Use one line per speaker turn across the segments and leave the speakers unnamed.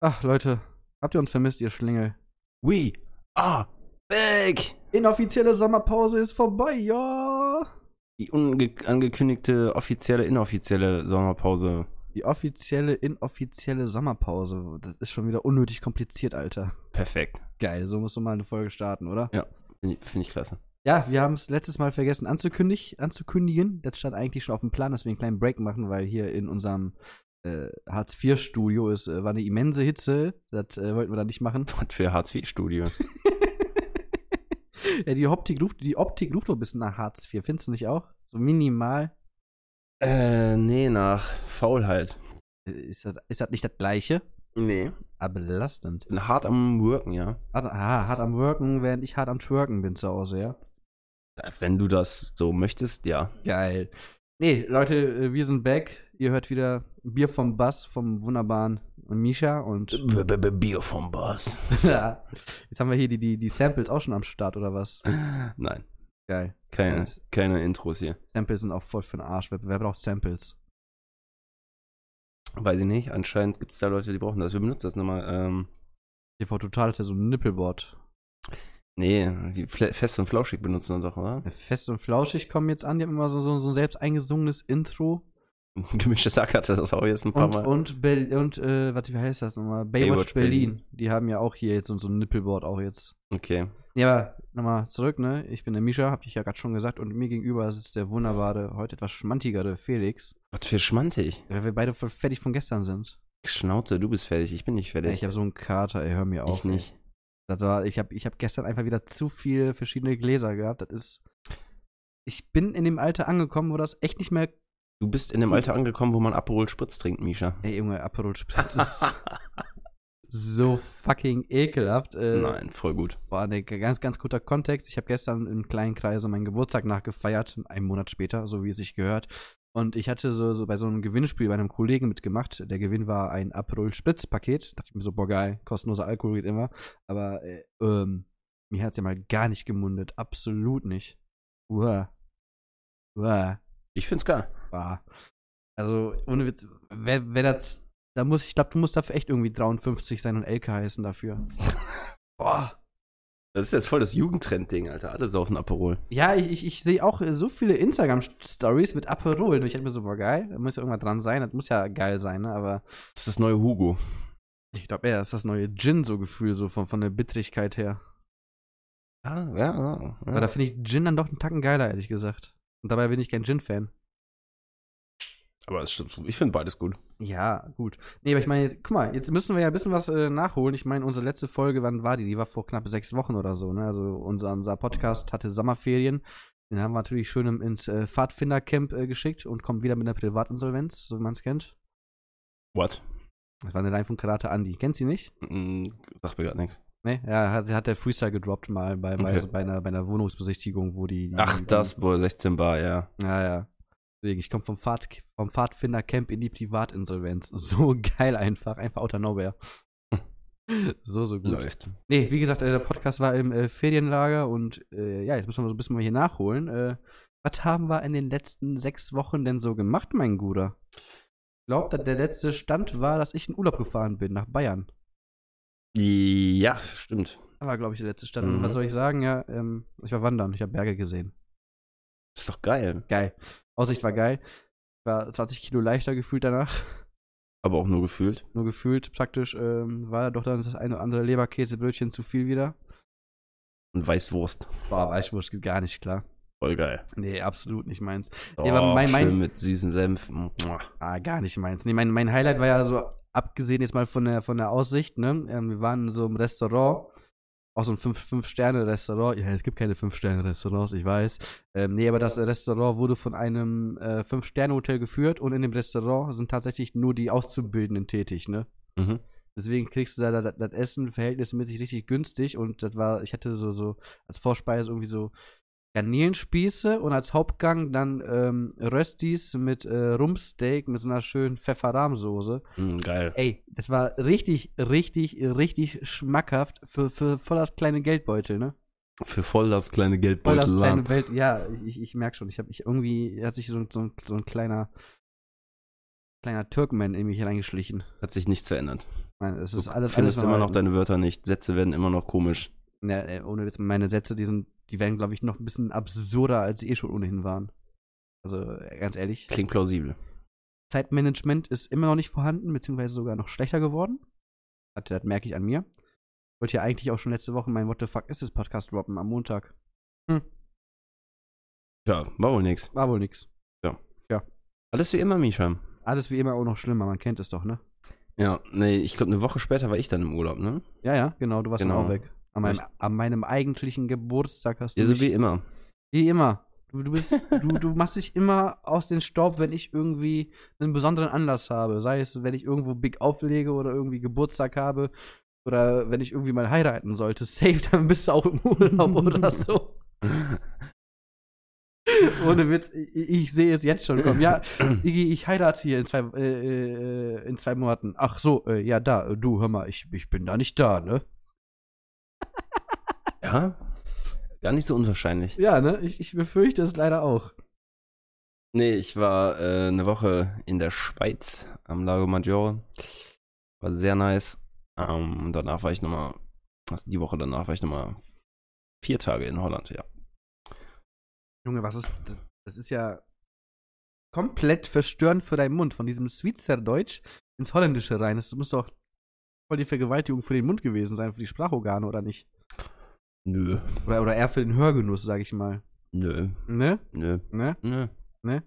Ach, Leute, habt ihr uns vermisst, ihr Schlingel?
We are back!
Inoffizielle Sommerpause ist vorbei, ja!
Die unangekündigte offizielle, inoffizielle Sommerpause.
Die offizielle, inoffizielle Sommerpause. Das ist schon wieder unnötig kompliziert, Alter.
Perfekt.
Geil, so musst du mal eine Folge starten, oder?
Finde ich, find ich klasse.
Ja, wir haben es letztes Mal vergessen anzukündig, anzukündigen. Das stand eigentlich schon auf dem Plan, dass wir einen kleinen Break machen, weil hier in unserem äh, Hartz-IV-Studio ist, äh, war eine immense Hitze. Das äh, wollten wir da nicht machen.
Was für Hartz-IV-Studio.
ja, die Optik ruft, die Optik ruft doch ein bisschen nach Hartz IV, findest du nicht auch? So minimal.
äh, nee, nach Faulheit.
Äh, Ist das, ist das nicht das Gleiche?
Nee.
Aber belastend.
Bin hart am Worken, ja.
Hart, ah, hart am Worken, während ich hart am Twerken bin zu Hause, ja?
Wenn du das so möchtest, ja.
Geil. Nee, Leute, äh, wir sind back. Ihr hört wieder Bier vom Bass, vom wunderbaren Misha und.
B -b -b Bier vom Boss.
ja. Jetzt haben wir hier die, die, die Samples auch schon am Start, oder was?
Nein,
Geil.
keine, keine Intros hier.
Samples sind auch voll für den Arsch. Wer, wer braucht Samples?
Weiß ich nicht. Anscheinend gibt es da Leute, die brauchen das. Wir benutzen das nochmal. Ähm,
TV Total hat ja so ein Nippelboard.
nee, die Fle fest und flauschig benutzen das doch, oder?
Fest und flauschig kommen jetzt an. Die haben immer so, so, so ein selbst eingesungenes Intro.
Gemischtes Sack hatte das auch jetzt ein paar
Und,
Mal.
und, Bel und äh, warte, wie heißt das nochmal? Baywatch,
Baywatch
Berlin.
Berlin.
Die haben ja auch hier jetzt so, so ein Nippelboard auch jetzt.
Okay.
Ja, aber nochmal zurück, ne? Ich bin der Misha, hab ich ja gerade schon gesagt. Und mir gegenüber sitzt der wunderbare, heute etwas schmantigere Felix.
Was für schmantig.
Weil wir beide voll fertig von gestern sind.
Schnauze, du bist fertig. Ich bin nicht fertig.
Ich habe so einen Kater, ey, hör mir auf.
ich nicht.
Das war, ich habe ich hab gestern einfach wieder zu viel verschiedene Gläser gehabt. Das ist. Ich bin in dem Alter angekommen, wo das echt nicht mehr.
Du bist in dem Alter angekommen, wo man Aperol Spritz trinkt, Misha.
Ey, Junge, Aperol Spritz ist so fucking ekelhaft. Äh,
Nein, voll gut.
War ein ganz, ganz guter Kontext. Ich habe gestern im kleinen Kreise meinen Geburtstag nachgefeiert, einen Monat später, so wie es sich gehört. Und ich hatte so, so bei so einem Gewinnspiel bei einem Kollegen mitgemacht. Der Gewinn war ein Aperol Spritz Paket. Dachte ich mir so, boah geil, kostenloser Alkohol geht immer. Aber äh, ähm, mir hat's ja mal gar nicht gemundet, absolut nicht. Uah. Uah.
Ich find's geil.
Uah. Also ohne Witz, wer, wer das, da muss ich glaube, du musst dafür echt irgendwie 53 sein und Elke heißen dafür. boah.
Das ist jetzt voll das Jugendtrend-Ding, Alter. Alle saufen Aperol.
Ja, ich, ich, ich sehe auch äh, so viele Instagram-Stories mit Aperol. Und ich dachte mir so, boah, geil, da muss ja irgendwann dran sein. Das muss ja geil sein, ne? Aber
Das ist das neue Hugo.
ich glaube eher, das ist das neue Gin so Gefühl, so von, von der Bittrigkeit her.
Ah, ja, ja.
Aber da finde ich Gin dann doch einen Tacken geiler, ehrlich gesagt. Und dabei bin ich kein Gin-Fan.
Aber es stimmt, ich finde beides gut.
Ja, gut. Nee, aber ich meine, jetzt- guck mal, jetzt müssen wir ja ein bisschen was äh, nachholen. Ich meine, unsere letzte Folge, wann war die? Die war vor knapp sechs Wochen oder so, ne? Also unser, unser Podcast hatte Sommerferien. Den haben wir natürlich schön im- ins äh, Pfadfindercamp äh, geschickt und kommen wieder mit einer Privatinsolvenz, so wie man es kennt.
What?
Das war eine Line von Karate Andy. Kennst du ihn nicht?
Mm, sagt mir gerade nichts.
Ne? Ja, hat, hat der Freestyle gedroppt mal bei, bei,
Okay.
bei, einer, bei einer Wohnungsbesichtigung, wo die. die
Ach,
die-
das, boah, 16 Bar, ja.
Ja, ja. Deswegen, ich komme vom, Pfad, vom Pfadfinder-Camp in die Privatinsolvenz. So geil einfach. Einfach out of nowhere. so, so gut.
Läuft.
Nee, wie gesagt, äh, der Podcast war im äh, Ferienlager und äh, ja, jetzt müssen wir so ein bisschen mal hier nachholen. Äh, was haben wir in den letzten sechs Wochen denn so gemacht, mein Guder? Ich glaube, der letzte Stand war, dass ich in Urlaub gefahren bin nach Bayern.
Ja, stimmt.
Das war, glaube ich, der letzte Stand. Und
Mhm.
was soll ich sagen? Ja, ähm, ich war wandern, ich habe Berge gesehen.
Ist doch geil.
Geil. Aussicht war geil. Ich war 20 Kilo leichter gefühlt danach.
Aber auch nur gefühlt.
Nur gefühlt praktisch ähm, war da doch dann das eine oder andere Leberkäsebrötchen zu viel wieder.
Und Weißwurst.
Boah, Weißwurst geht gar nicht klar.
Voll geil.
Nee, absolut nicht meins.
Oh,
Nee, aber mein- mein-
schön mit süßem Senf. Mua.
Ah, gar nicht meins. Nee, mein, mein Highlight war ja so, abgesehen jetzt mal von der, von der Aussicht, ne? Ähm, wir waren in so einem Restaurant, auch so ein Fünf- Fünf-Sterne-Restaurant. Ja, es gibt keine Fünf-Sterne-Restaurants, ich weiß. Ähm, nee, aber das äh, Restaurant wurde von einem äh, Fünf-Sterne-Hotel geführt und in dem Restaurant sind tatsächlich nur die Auszubildenden tätig, ne?
Mhm.
Deswegen kriegst du da das, das Essen verhältnismäßig richtig günstig und das war, ich hatte so, so als Vorspeise irgendwie so Garnelenspieße und als Hauptgang dann ähm, Röstis mit äh, Rumpsteak mit so einer schönen Pfefferrahmsoße.
Mm, geil.
Ey, das war richtig, richtig, richtig schmackhaft für, für voll das kleine Geldbeutel, ne?
Für voll das kleine
Voll das
Geldbeutel.
kleine Welt. Ja, ich, ich merke schon, ich habe ich irgendwie hat sich so, ein- so, ein- so ein kleiner kleiner Türkman in mich reingeschlichen.
Hat sich nichts verändert.
Nein, es
Du
ist alles.
findest
alles
immer
normal.
noch deine Wörter nicht. Sätze werden immer noch komisch.
Ja, ey, ohne Witz, meine Sätze, die sind, die werden, glaube ich, noch ein bisschen absurder, als sie eh schon ohnehin waren. Also, äh, ganz ehrlich.
Klingt plausibel.
Zeitmanagement ist immer noch nicht vorhanden, beziehungsweise sogar noch schlechter geworden. Das, das merke ich an mir. Wollte ja eigentlich auch schon letzte Woche mein What the fuck ist es Podcast droppen am Montag.
Ja, war wohl nix.
War wohl nix.
Alles wie immer, Misha.
Alles wie immer auch noch schlimmer, man kennt es doch, ne?
Ja, nee, ich glaube, eine Woche später war ich dann im Urlaub, ne?
Ja, ja, genau, du warst dann
Genau.
auch weg. An meinem, an meinem eigentlichen Geburtstag hast du
Ja, so
mich-
wie immer.
Wie immer. Du, du, bist, du, du machst dich immer aus den Staub, wenn ich irgendwie einen besonderen Anlass habe. Sei es, wenn ich irgendwo big auflege oder irgendwie Geburtstag habe oder wenn ich irgendwie mal heiraten sollte. Safe, dann bist du auch im Urlaub oder so. Ohne Witz, ich, ich sehe es jetzt schon kommen. Ja, Iggy, ich heirate hier in zwei, äh, äh, in zwei Monaten. Ach so, äh, ja, da, äh, du, hör mal, ich, ich bin da nicht da, ne?
Ja? Gar nicht so unwahrscheinlich.
Ja, ne? Ich, ich befürchte es leider auch.
Nee, ich war äh, eine Woche in der Schweiz am Lago Maggiore. War sehr nice. Ähm, danach war ich nochmal, also die Woche danach war ich nochmal vier Tage in Holland, ja.
Junge, was ist. Das, das ist ja komplett verstörend für deinen Mund. Von diesem Schweizerdeutsch ins Holländische rein. Das muss doch voll die Vergewaltigung für den Mund gewesen sein, für die Sprachorgane, oder nicht?
Nö,
Oder, oder eher für den Hörgenuss, sag ich mal.
nö,
Ne?
nö,
Ne?
nö.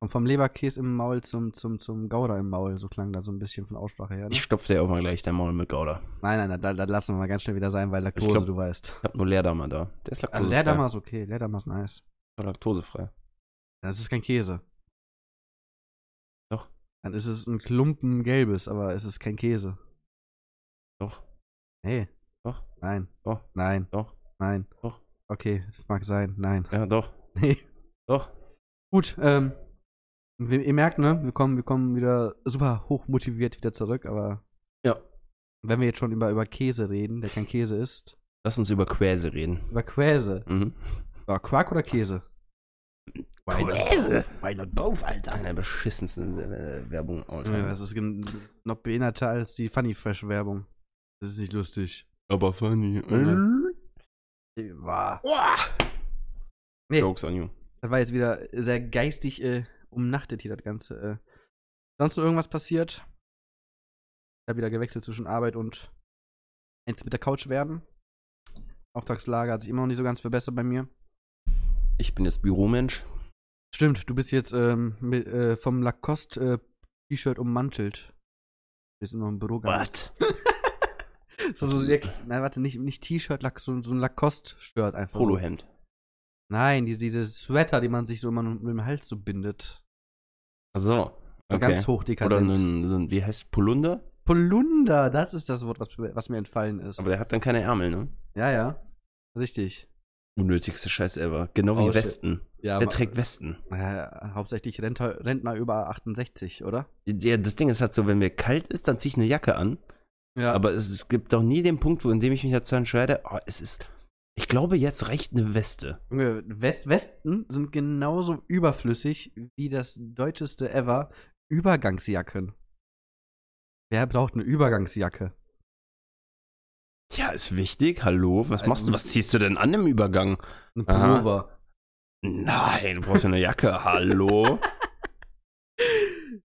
Und vom Leberkäse im Maul zum, zum, zum Gouda im Maul, so klang da so ein bisschen von Aussprache her. Ne?
Ich stopfe dir auch mal gleich dein Maul mit Gouda.
Nein, nein, da, da lassen wir mal ganz schnell wieder sein, weil Laktose,
glaub-
du weißt.
Ich hab nur Leerdammer da. Der ist
Ah,
laktosefrei.
Leerdammer ist okay, Leerdammer ist nice.
Ist Laktosefrei.
Das ist kein Käse.
Doch.
Dann ist es ein Klumpen gelbes, aber es ist kein Käse.
Doch.
Nee.
Doch.
Nein.
Doch.
Nein.
Doch.
Nein.
Doch.
Okay, das mag sein. Nein.
Ja, doch.
Nee.
Doch.
Gut, ähm, wir- ihr merkt, ne, wir kommen, wir kommen wieder super hoch motiviert wieder zurück, aber
Ja.
wenn wir jetzt schon über, über Käse reden, der kein Käse ist,
Lass uns über Quäse reden.
über Quäse.
Mhm.
Über Quark oder Käse?
Quäse?
Why not both, Alter?
Einer beschissensten äh, Werbung. Alter.
Ja, das ist gen- das ist noch behinderter als die Funny Fresh Werbung. Das ist nicht lustig.
aber funny.
Mhm. War. Nee.
Jokes on you.
Das war jetzt wieder sehr geistig äh, umnachtet hier das Ganze. Äh. Sonst noch irgendwas passiert? Ich habe wieder gewechselt zwischen Arbeit und eins mit der Couch werden. Auftragslage hat sich immer noch nicht so ganz verbessert bei mir.
Ich bin jetzt Büromensch.
Stimmt, du bist jetzt ähm, mit, äh, vom Lacoste äh, T-Shirt ummantelt. Wir sind noch im Büro gelandet. So, so, sehr- nein, warte, nicht, nicht T-Shirt, Lack- so, so ein Lacoste-Shirt einfach.
Polohemd.
Nein, diese, diese Sweater, die man sich so immer mit dem Hals so bindet.
Ach so. Okay.
Ganz hoch
Oder
dekadent.
einen, so ein- wie heißt Polunder?
Polunder, das ist das Wort, was, was mir entfallen ist.
Aber der hat dann keine Ärmel, ne?
ja, ja. Richtig.
Unnötigste Scheiß ever. Genau wie
Oh, shit.
Westen.
Ja,
Wer trägt Westen?
äh, hauptsächlich Rentner, Rentner über 68, oder?
Ja, das Ding ist halt so, wenn mir kalt ist, dann ziehe ich eine Jacke an.
Ja.
Aber es, es gibt doch nie den Punkt, wo in dem ich mich dazu entscheide, oh, es ist. Ich glaube, jetzt reicht eine Weste.
Junge, West Westen sind genauso überflüssig wie das deutscheste ever Übergangsjacken. Wer braucht eine Übergangsjacke?
Ja, ist wichtig. Hallo, was machst du? Was ziehst du denn an im Übergang?
Ein
Aha.
Pullover.
Nein, du brauchst ja eine Jacke. Hallo?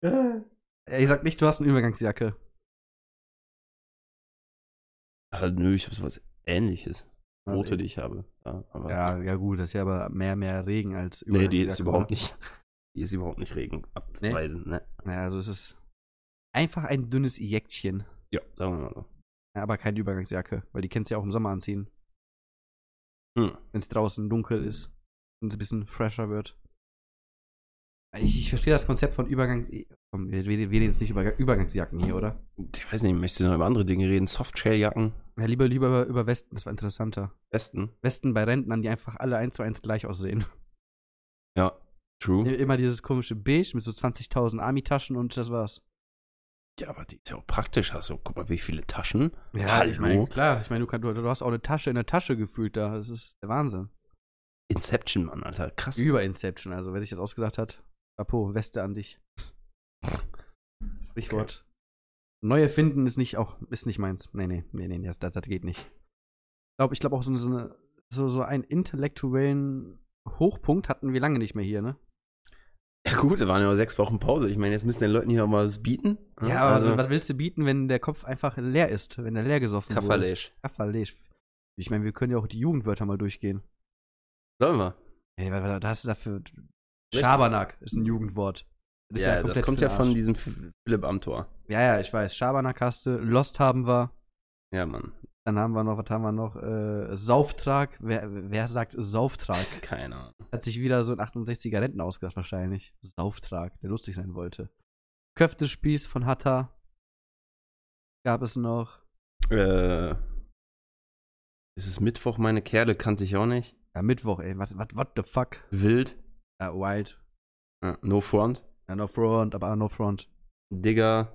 Ey, Äh, Ich sag nicht, du hast eine Übergangsjacke.
Ah, nö, ich habe sowas ähnliches.
Also
Rote,
ich-
die ich habe. Ja, aber
Ja, ja gut, das ist ja aber mehr, mehr Regen als
nee, die ist
Übergangsjacke,
überhaupt
ne?
nicht. Die ist überhaupt nicht regenabweisend, ne?
Ja, also es ist einfach ein dünnes Jäckchen.
Ja, sagen wir mal so.
Ja, aber keine Übergangsjacke, weil die kannst du ja auch im Sommer anziehen.
Hm.
Wenn es draußen dunkel ist und es ein bisschen fresher wird. Ich, ich verstehe das Konzept von Übergang. eh, Komm, wir, wir wir reden jetzt nicht über Übergangsjacken hier, oder?
Ich weiß nicht, möchtest du noch über andere Dinge reden? Softshelljacken,
Ja, lieber, lieber über, über Westen, das war interessanter.
Westen.
Westen bei Rentnern, die einfach alle eins zu eins gleich aussehen.
Ja, true.
Immer dieses komische Beige mit so 20.000 Army-Taschen und das war's.
Ja, aber die ist ja auch praktisch. Also, guck mal, wie viele Taschen.
Ja, ich
Hallo?
meine, klar. Ich meine, du, kann, du, du hast auch eine Tasche in der Tasche gefühlt da. Das ist der Wahnsinn.
Inception, Mann, Alter. Krass.
Über Inception, also wer sich das ausgedacht hat. Chapeau, Weste an dich. Sprichwort. Neu erfinden ist nicht auch, ist nicht meins. Nee, nee, nee, nee, das, das, das geht nicht. Ich glaube, ich glaub auch so, eine- so, eine, so, so einen intellektuellen Hochpunkt hatten wir lange nicht mehr hier, ne?
Ja gut, da waren ja auch sechs Wochen Pause. Ich meine, jetzt müssen den Leuten hier auch mal was bieten. also,
Ja, aber Also, was willst du bieten, wenn der Kopf einfach leer ist, wenn er leer gesoffen wurde?
Kafferleisch.
Kafferlech. Ich meine, wir können ja auch die Jugendwörter mal durchgehen.
Sollen wir?
Ey, wa- wa- da hast du dafür. Schabernack ist ein Jugendwort. ist
ja, das
komplett
kommt
für
ja
den
von
Arsch.
diesem Philipp Amthor.
Ja, ja, ich weiß. Schabernack hast du, Lost haben wir.
Ja, Mann.
Dann haben wir noch, was haben wir noch? Äh, Sauftrag. Wer, wer sagt Sauftrag?
Keine Ahnung.
Hat sich wieder so ein 68er Renten ausgedacht, wahrscheinlich. Sauftrag, der lustig sein wollte. Köftespieß von Hatta. Gab es noch.
Äh, ist es Mittwoch, meine Kerle, kannte ich auch nicht.
Ja, Mittwoch, ey. What, what, what the fuck?
Wild.
Ja, Wild.
Ja, no Front.
Ja, no front, aber ah, no front.
Digger.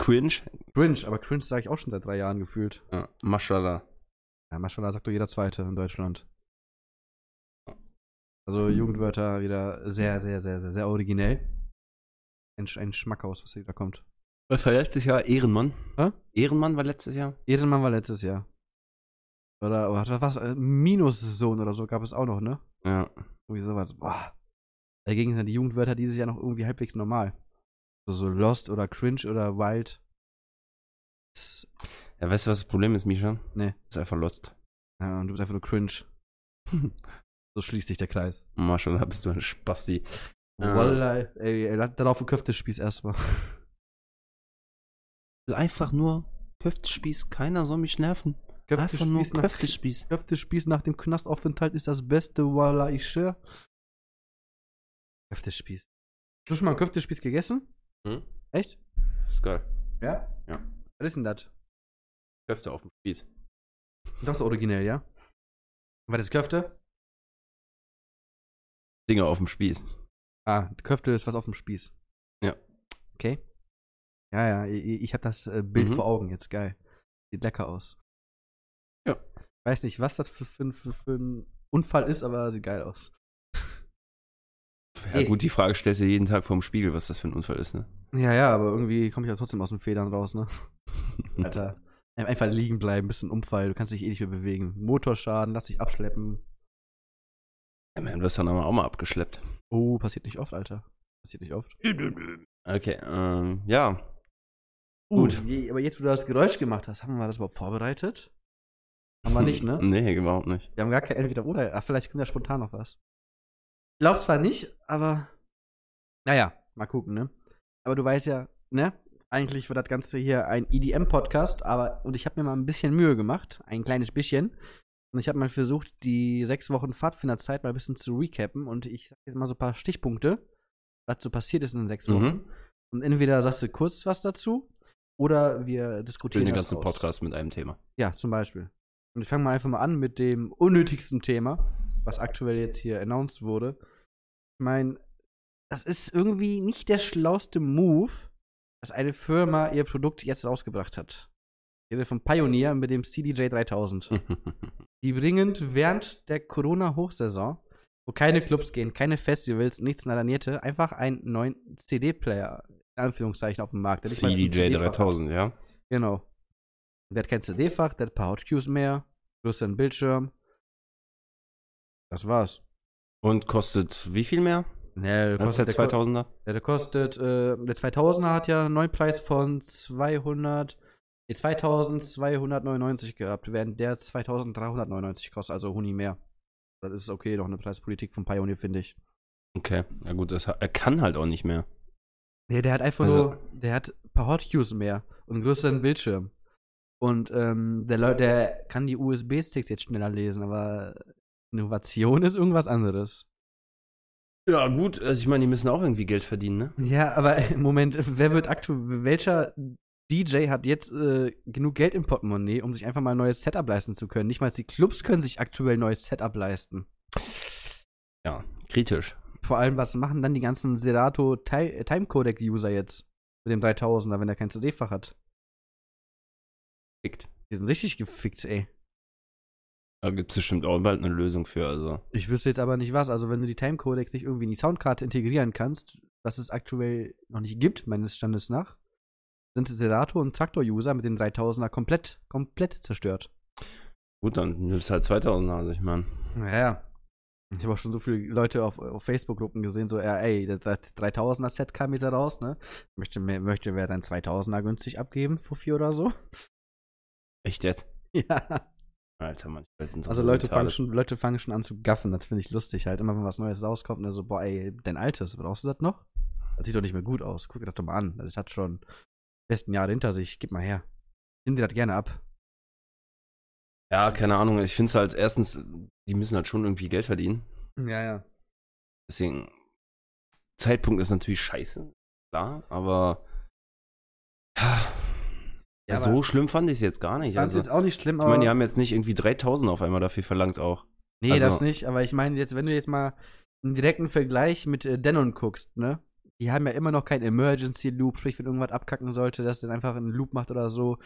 Quinch.
Cringe, aber cringe sage ich auch schon seit drei Jahren gefühlt.
Ja, Maschallah.
Ja, Maschallah sagt doch jeder Zweite in Deutschland. Also Jugendwörter wieder sehr, sehr, sehr, sehr, sehr originell. Ein, Sch- ein Schmackhaus, was hier wieder kommt.
Was war letztes Jahr? Ehrenmann.
Hä?
Ehrenmann war letztes Jahr?
Ehrenmann war letztes Jahr. Oder, oder was? äh, Minussohn oder so gab es auch noch, ne?
Ja.
Irgendwie sowas. Boah. Dagegen sind die Jugendwörter dieses Jahr noch irgendwie halbwegs normal. So, so Lost oder Cringe oder Wild. Tss.
Ja, weißt du, was das Problem ist, Misha?
Nee.
Ist einfach lost.
Ja, und du bist einfach nur Cringe. so schließt sich der Kreis.
Maschallah, bist du ein Spasti. Ah.
Wallah, ey, ey, darauf ein Köftespieß erstmal.
Einfach nur Köftespieß, keiner soll mich nerven. Einfach nur
Köftespieß nach,
Köftespieß.
Köftespieß nach dem Knastaufenthalt ist das beste, voila, ich schwör. Köftespieß. Hast du schon mal einen Köftespieß gegessen?
Hm?
Echt?
Ist geil.
Ja?
Ja.
Was ist denn das?
Köfte auf dem Spieß.
Das ist originell, ja? Was ist Köfte?
Dinger auf dem Spieß.
Ah, Köfte ist was auf dem Spieß.
Ja.
Okay. Ja, ja, ich, ich habe das äh, Bild
Mhm.
vor Augen jetzt, geil. Sieht lecker aus.
Ja.
Weiß nicht, was das für, für, für, für ein Unfall ist, aber sieht geil aus.
Ja,
Ey.
gut, die Frage stellst du dir jeden Tag vorm Spiegel, was das für ein Unfall ist, ne?
Ja, ja, aber irgendwie komme ich ja trotzdem aus den Federn raus, ne?
Hm.
Alter. Einfach liegen bleiben, bisschen Unfall, du kannst dich eh nicht mehr bewegen. Motorschaden, lass dich abschleppen.
Ja, man, wirst dann aber auch mal abgeschleppt.
Oh, passiert nicht oft, Alter. Passiert nicht oft.
Okay, ähm, ja.
Gut. je, aber jetzt, wo du das Geräusch gemacht hast, haben wir das überhaupt vorbereitet? Haben wir nicht, ne?
Nee, überhaupt nicht.
Wir haben gar kein Entweder-Oder. Ach, vielleicht kommt ja spontan noch was. Glaub zwar nicht, aber. Naja, mal gucken, ne? Aber du weißt ja, ne? Eigentlich wird das Ganze hier ein EDM-Podcast, aber. Und ich habe mir mal ein bisschen Mühe gemacht. Ein kleines bisschen. Und ich habe mal versucht, die sechs Wochen Pfadfinderzeit mal ein bisschen zu recappen. Und ich sag jetzt mal so ein paar Stichpunkte, was so passiert ist in den sechs Wochen.
Mhm.
Und entweder sagst du kurz was dazu oder wir
Ich will
diskutieren
den
das
ganzen
aus.
Podcast mit einem Thema.
Ja, zum Beispiel. Und ich fange mal einfach mal an mit dem unnötigsten Thema, was aktuell jetzt hier announced wurde. Ich meine, das ist irgendwie nicht der schlauste Move, dass eine Firma ihr Produkt jetzt rausgebracht hat. Ich rede von Pioneer mit dem CDJ 3000. Die bringen während der Corona-Hochsaison, wo keine Clubs gehen, keine Festivals, nichts in der Nähe, einfach einen neuen CD-Player, in Anführungszeichen, auf den Markt. Der nicht mal ein
CDJ
CD-Fach hat.
3000, ja.
Genau. Der hat kein CD-Fach, der hat ein paar Hotcues mehr, größeren Bildschirm. Das war's.
Und kostet wie viel mehr?
Nee,
Als der 2000er?
Der, der kostet, äh, der 2000er hat ja einen neuen Preis von 200, nee, 2299 gehabt, während der 2399 kostet, also Huni mehr. Das ist okay, doch eine Preispolitik von Pioneer, finde ich.
Okay, ja gut, das, er kann halt auch nicht mehr.
Nee, der hat einfach
Also-
nur, der hat ein paar Hot Cues mehr und einen größeren Bildschirm. Und ähm, der, Leu- der kann die USB-Sticks jetzt schneller lesen, aber Innovation ist irgendwas anderes.
Ja gut, also ich meine, die müssen auch irgendwie Geld verdienen, ne?
Ja, aber im Moment, wer wird aktuell, welcher DJ hat jetzt äh, genug Geld im Portemonnaie, um sich einfach mal ein neues Setup leisten zu können? Nicht mal die Clubs können sich aktuell ein neues Setup leisten.
Ja, kritisch.
Vor allem, was machen dann die ganzen Serato Ti- Timecodec-User jetzt mit dem 3000er, wenn er kein CD-Fach hat?
Fickt.
Die sind richtig gefickt, ey.
Da gibt es bestimmt auch bald eine Lösung für, also.
Ich wüsste jetzt aber nicht was. Also, wenn du die Timecodex nicht irgendwie in die Soundkarte integrieren kannst, was es aktuell noch nicht gibt, meines Standes nach, sind Serato und Traktor-User mit den 3000er komplett, komplett zerstört.
Gut, dann nimmst halt 2000er, also ich meine.
Naja. Ich habe auch schon so viele Leute auf, auf Facebook-Gruppen gesehen, so, ja, ey, das, das 3000er-Set kam jetzt raus, ne? Möchte, mir- möchte wer sein 2000er günstig abgeben, Fuffi oder so?
Echt jetzt?
Ja.
Alter, man. das sind so
Also Leute
Kommentare.
fangen, schon, Leute fangen schon an zu gaffen, das finde ich lustig halt. Immer wenn was Neues rauskommt, ne, so, boah, ey, dein altes, brauchst du das noch? Das sieht doch nicht mehr gut aus. Guck dir das doch mal an. also Das hat schon die besten Jahre hinter sich. Gib mal her. Nimm dir das gerne ab.
Ja, keine Ahnung. Ich finde es halt, erstens, die müssen halt schon irgendwie Geld verdienen.
Ja, ja.
Deswegen, Zeitpunkt ist natürlich scheiße, klar, aber
Ja,
so
aber-
schlimm fand ich es jetzt gar nicht.
Ich fand
Also,
jetzt auch nicht schlimm,
ich
aber.
meine, die haben jetzt nicht irgendwie 3000 auf einmal dafür verlangt auch.
Nee,
Also-
das nicht, aber ich meine jetzt, wenn du jetzt mal einen direkten Vergleich mit äh, Denon guckst, ne? Die haben ja immer noch keinen Emergency Loop, sprich, wenn irgendwas abkacken sollte, dass der einfach einen Loop macht oder so.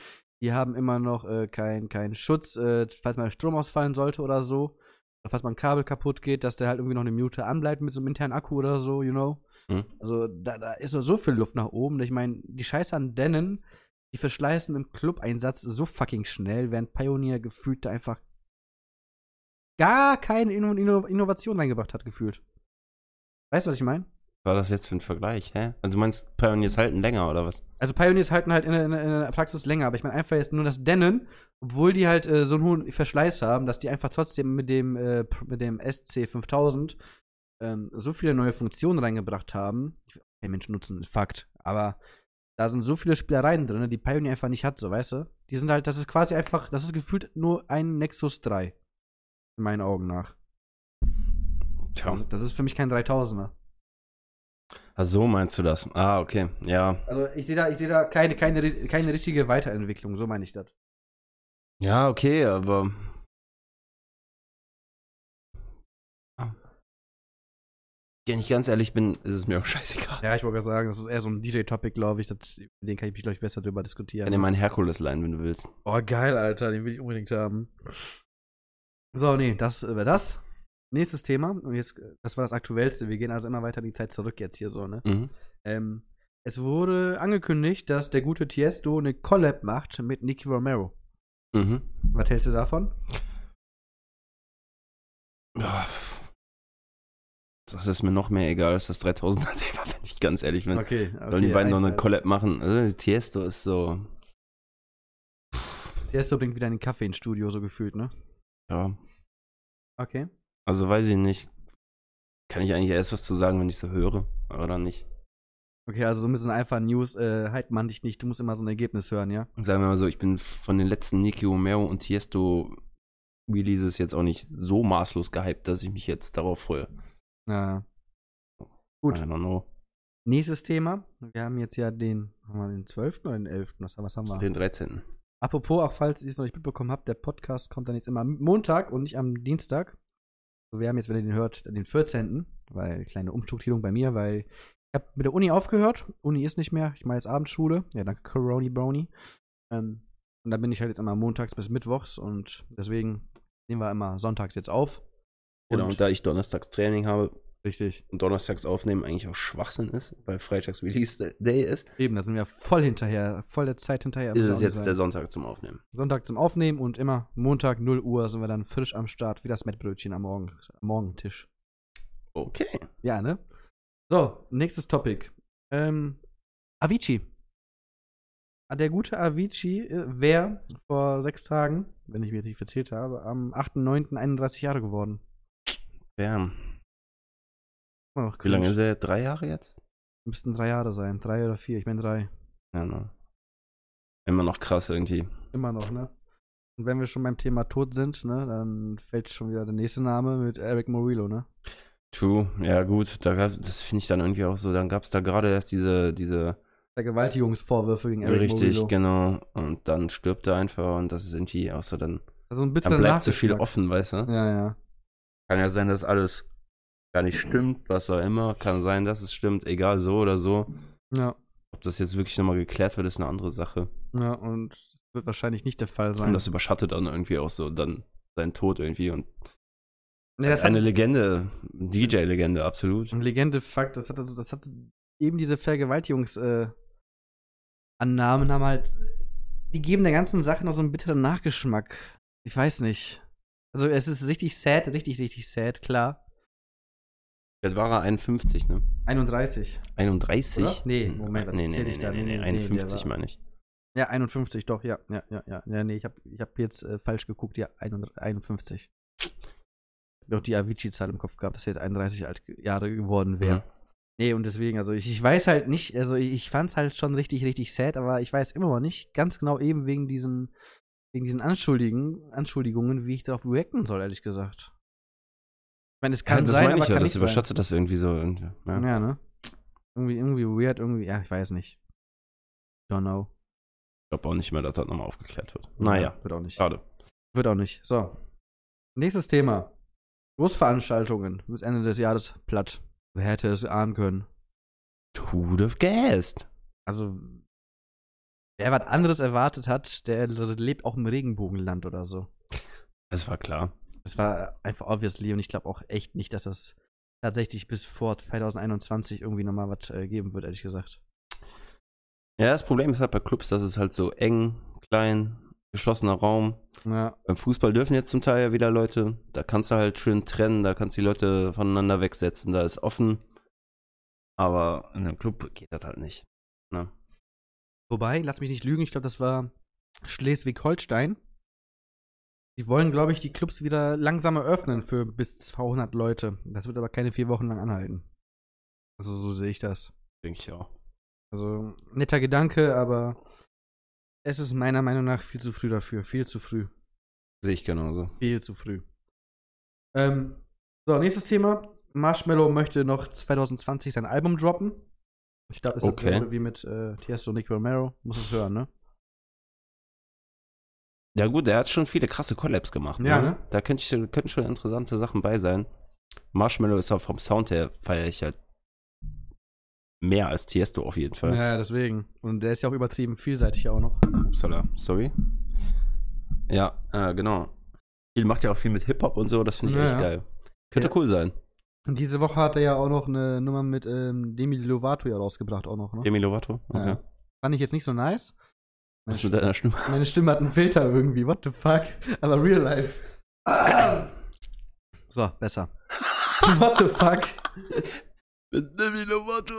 Die haben immer noch äh, keinen kein Schutz, äh, falls mal Strom ausfallen sollte oder so. Oder falls mal ein Kabel kaputt geht, dass der halt irgendwie noch eine Minute anbleibt mit so einem internen Akku oder so, you know?
Hm?
Also da, da ist so, so viel Luft nach oben. Ich meine, die Scheiße an Denon, die verschleißen im Club-Einsatz so fucking schnell, während Pioneer gefühlt da einfach gar keine Inno Inno Innovation reingebracht hat, gefühlt. Weißt du, was ich meine?
Was war das jetzt für ein Vergleich, hä? Also du meinst, Pioneers halten länger oder was?
Also Pioneers halten halt in, der- in, der- in der Praxis länger, aber ich meine einfach jetzt nur, dass Denon, obwohl die halt äh, so einen hohen Verschleiß haben, dass die einfach trotzdem mit dem, äh, pr- mit dem SC5000 ähm, so viele neue Funktionen reingebracht haben. Kein Mensch nutzen, Fakt. Aber da sind so viele Spielereien drin, ne, die Pioneer einfach nicht hat, so weißt du? Die sind halt, das ist quasi einfach, das ist gefühlt nur ein Nexus 3. In meinen Augen nach.
Tja.
Das, das ist für mich kein 3000er.
Ach, so meinst du das? Ah, okay. Ja.
Also ich sehe da, ich sehe da keine, keine, ri- keine richtige Weiterentwicklung, so meine ich das.
Ja, okay, aber. Wenn ich ganz ehrlich bin, ist es mir auch scheißegal.
Ja, ich wollte gerade sagen, das ist eher so ein DJ-Topic, glaube ich. Das, den kann ich mich, glaube ich, besser drüber
Ich
diskutieren.
kann dir meinen Herkules leihen, wenn du willst.
oh, geil, Alter, den will ich unbedingt haben. So, nee, das wäre das. Nächstes Thema, und jetzt, äh, das war das Aktuellste. Wir gehen also immer weiter in die Zeit zurück jetzt hier so, ne?
Mhm.
Ähm, es wurde angekündigt, dass der gute Tiesto eine Collab macht mit Nicky Romero.
Mhm.
Was hältst du davon?
Ah, pff. Das ist mir noch mehr egal als das 3000er selber, wenn ich ganz ehrlich bin.
Okay, okay. äh,
Sollen die beiden noch eine
Collab?
Collab machen? Also, Tiesto ist so.
Tiesto bringt wieder einen Kaffee ins Studio, so gefühlt, ne?
Ja.
Okay.
Also weiß ich nicht. Kann ich eigentlich erst was zu sagen, wenn ich so höre? Oder nicht?
Okay, also so ein bisschen einfach News, äh, halt man dich nicht, du musst immer so ein Ergebnis hören, ja?
Sagen wir mal so, ich bin von den letzten Nicky Romero und Tiesto Releases jetzt auch nicht so maßlos gehypt, dass ich mich jetzt darauf freue.
Ja. Gut.
I don't know.
Nächstes Thema. Wir haben jetzt ja den, haben wir den 12. oder den 11.? Was, was haben wir?
Den 13.
Apropos, auch falls ihr es noch nicht mitbekommen habt, der Podcast kommt dann jetzt immer am Montag und nicht am Dienstag. Also wir haben jetzt, wenn ihr den hört, den 14. Weil, kleine Umstrukturierung bei mir, weil ich habe mit der Uni aufgehört. Uni ist nicht mehr. Ich mache jetzt Abendschule. Ja, danke Coroni Brony. Ähm, und dann bin ich halt jetzt immer montags bis mittwochs und deswegen nehmen wir immer sonntags jetzt auf.
Genau, und da ich donnerstags Training habe
richtig.
und donnerstags aufnehmen eigentlich auch Schwachsinn ist, weil freitags Release Day ist,
Eben, da sind wir voll hinterher, voll der Zeit hinterher.
ist es
Muss auch
jetzt
sein.
der Sonntag zum Aufnehmen.
Sonntag zum Aufnehmen und immer Montag 0 Uhr sind wir dann frisch am Start, wie das Mettbrötchen am, Morgen, am Morgentisch.
Okay.
Ja, ne? So, nächstes Topic. Ähm, Avicii. Ah, Der gute Avicii äh, wäre vor sechs Tagen, wenn ich mir nicht verzählt habe, am 8.9. 31 Jahre geworden.
Ja.
Oh,
Wie lange ist er? Drei Jahre jetzt?
Müssten drei Jahre sein. Drei oder vier, ich meine drei.
Ja, ne. Immer noch krass irgendwie.
Immer noch, ne? Und wenn wir schon beim Thema Tod sind, ne, dann fällt schon wieder der nächste Name mit Eric Morillo, ne?
True. Ja, gut. Da gab, das finde ich dann irgendwie auch so. Dann gab es da gerade erst diese, diese
Vergewaltigungsvorwürfe gegen Eric
Richtig,
Morillo.
genau. Und dann stirbt er einfach und das ist irgendwie auch so dann.
Also ein
Dann
bisschen
bleibt so viel offen, weißt du?
Ja, ja.
Kann ja sein, dass alles gar nicht stimmt, was auch immer. Kann sein, dass es stimmt, egal so oder so.
Ja,
Ob das jetzt wirklich nochmal geklärt wird, ist eine andere Sache.
ja und das wird wahrscheinlich nicht der Fall sein.
Und das überschattet dann irgendwie auch so dann seinen Tod irgendwie. Und
nee, das
eine
hat,
Legende, DJ-Legende, absolut.
Legende, Fakt, das hat, also, das hat eben diese Vergewaltigungs, äh, Annahmen haben halt. Die geben der ganzen Sache noch so einen bitteren Nachgeschmack. Ich weiß nicht. Also es ist richtig sad, richtig, richtig sad, klar.
Jetzt war er 51, ne?
31.
31?
Oder? Nee, Moment, was
nee, nee,
zähl
nee,
ich da?
nee,
Nee,
nee,
nee,
51
der war-
meine ich.
Ja, 51, doch, ja, ja, ja, ja. ja nee, ich habe ich hab jetzt äh, falsch geguckt, ja, 31, 51. Ich hab auch die Avicii-Zahl im Kopf gehabt, dass er jetzt 31 alt ge- Jahre geworden wäre.
Mhm.
Nee, und deswegen, also ich, ich weiß halt nicht, also ich, ich fand's halt schon richtig, richtig sad, aber ich weiß immer noch nicht ganz genau eben wegen diesem, wegen diesen Anschuldigen, Anschuldigungen, wie ich darauf reacten soll, ehrlich gesagt. Ich meine, es kann
ja, das
sein,
meine
aber
ich ja,
kann nicht
das
sein.
überschätzt das irgendwie so. Und, ja.
Ja, ne? Irgendwie, irgendwie weird, irgendwie, ja, ich weiß nicht. Don't know.
Ich glaube auch nicht mehr, dass das nochmal aufgeklärt wird. Naja,
Wird auch nicht.
schade.
Wird auch nicht. So. Nächstes Thema. Großveranstaltungen bis Ende des Jahres platt. Wer hätte es ahnen können?
Who would have guessed?
Also, wer was anderes erwartet hat, der lebt auch im Regenbogenland oder so.
Das war klar.
Das war einfach obviously und ich glaube auch echt nicht, dass das tatsächlich bis vor 2021 irgendwie nochmal was äh, geben wird, ehrlich gesagt.
Ja, das Problem ist halt bei Clubs, dass es halt so eng, klein, geschlossener Raum.
Ja,
Beim Fußball dürfen jetzt zum Teil ja wieder Leute. Da kannst du halt schön trennen, da kannst du die Leute voneinander wegsetzen, da ist offen. Aber in einem Club geht das halt nicht. Ne?
Wobei, lass mich nicht lügen, ich glaube, das war Schleswig-Holstein. Die wollen, glaube ich, die Clubs wieder langsam eröffnen für bis 200 Leute. Das wird aber keine vier Wochen lang anhalten. Also so sehe ich das.
Denke ich auch.
Also netter Gedanke, aber es ist meiner Meinung nach viel zu früh dafür. Viel zu früh.
Sehe ich genauso.
Viel zu früh. Ähm, so, nächstes Thema. Marshmallow möchte noch 2020 sein Album droppen. Ich glaube, es ist
Okay.
dasselbe wie mit äh, Tiesto und Nick Romero. Muss es hören, ne?
Ja gut, der hat schon viele krasse Collabs gemacht.
Ja,
ne?
ne?
Da könnte ich, könnten schon interessante Sachen bei sein. Marshmallow ist auch vom Sound her, feiere ich halt mehr als Tiesto auf jeden Fall.
Ja, ja, deswegen. Und der ist ja auch übertrieben vielseitig auch noch.
Upsala, sorry. Ja, äh, genau. Viel macht ja auch viel mit Hip-Hop und so, das finde ich
Ja, ja.
echt geil. Könnte
Ja.
cool sein.
Und diese Woche hat er ja auch noch eine Nummer mit ähm, Demi Lovato ja rausgebracht auch noch, ne?
Demi Lovato? Okay.
Ja. Fand ich jetzt nicht so nice.
Was ist mit deiner Stimme?
Meine Stimme hat einen Filter irgendwie, what the fuck? Aber real life. So, besser. what the fuck?
Mit Demi Lovato.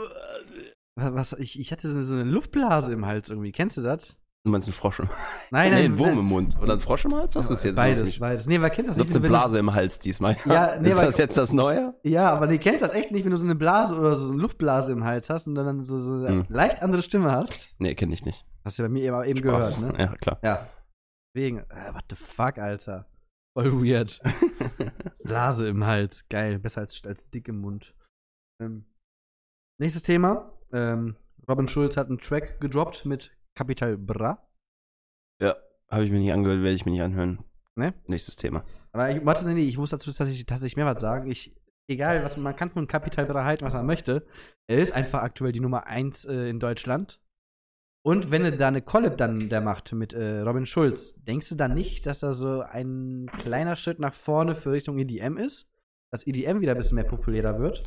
Wa- Was, ich, ich hatte so so eine Luftblase im Hals irgendwie. Kennst du das?
Du meinst einen Frosch im Hals?
Nein,
nee, einen Wurm im Mund. Oder einen Frosch im Hals? Was ist jetzt?
Beides,
los mit-
beides. Nee, aber kennst du das
Nutze
wenn du-
Blase im Hals diesmal.
Ja, nee,
ist
weil-
das jetzt das Neue?
Ja, aber nee, kennst das echt nicht, wenn du so eine Blase oder so eine Luftblase im Hals hast und dann so, so eine
Hm.
leicht andere Stimme hast.
Nee, kenne ich nicht.
Hast du ja bei mir eben, eben
Spaß.
gehört, ne?
Ja, klar.
Ja. Deswegen, äh, what the fuck, Alter. Voll weird. Blase im Hals, geil. Besser als, als dick im Mund. Ähm, nächstes Thema. Ähm, Robin Schulz hat einen Track gedroppt mit Capital Bra.
Habe ich mir nicht angehört, werde ich mir nicht anhören.
Ne?
Nächstes Thema.
Aber ich, warte, nee, nee, ich muss dazu tatsächlich, tatsächlich mehr was sagen. Ich, egal, was man kann von Capital Bra halten, was man möchte. Er ist einfach aktuell die Nummer 1 äh, in Deutschland. Und wenn er da eine Collab dann der macht mit äh, Robin Schulz, denkst du dann nicht, dass da so ein kleiner Schritt nach vorne für Richtung EDM ist? Dass EDM wieder ein bisschen mehr populärer wird?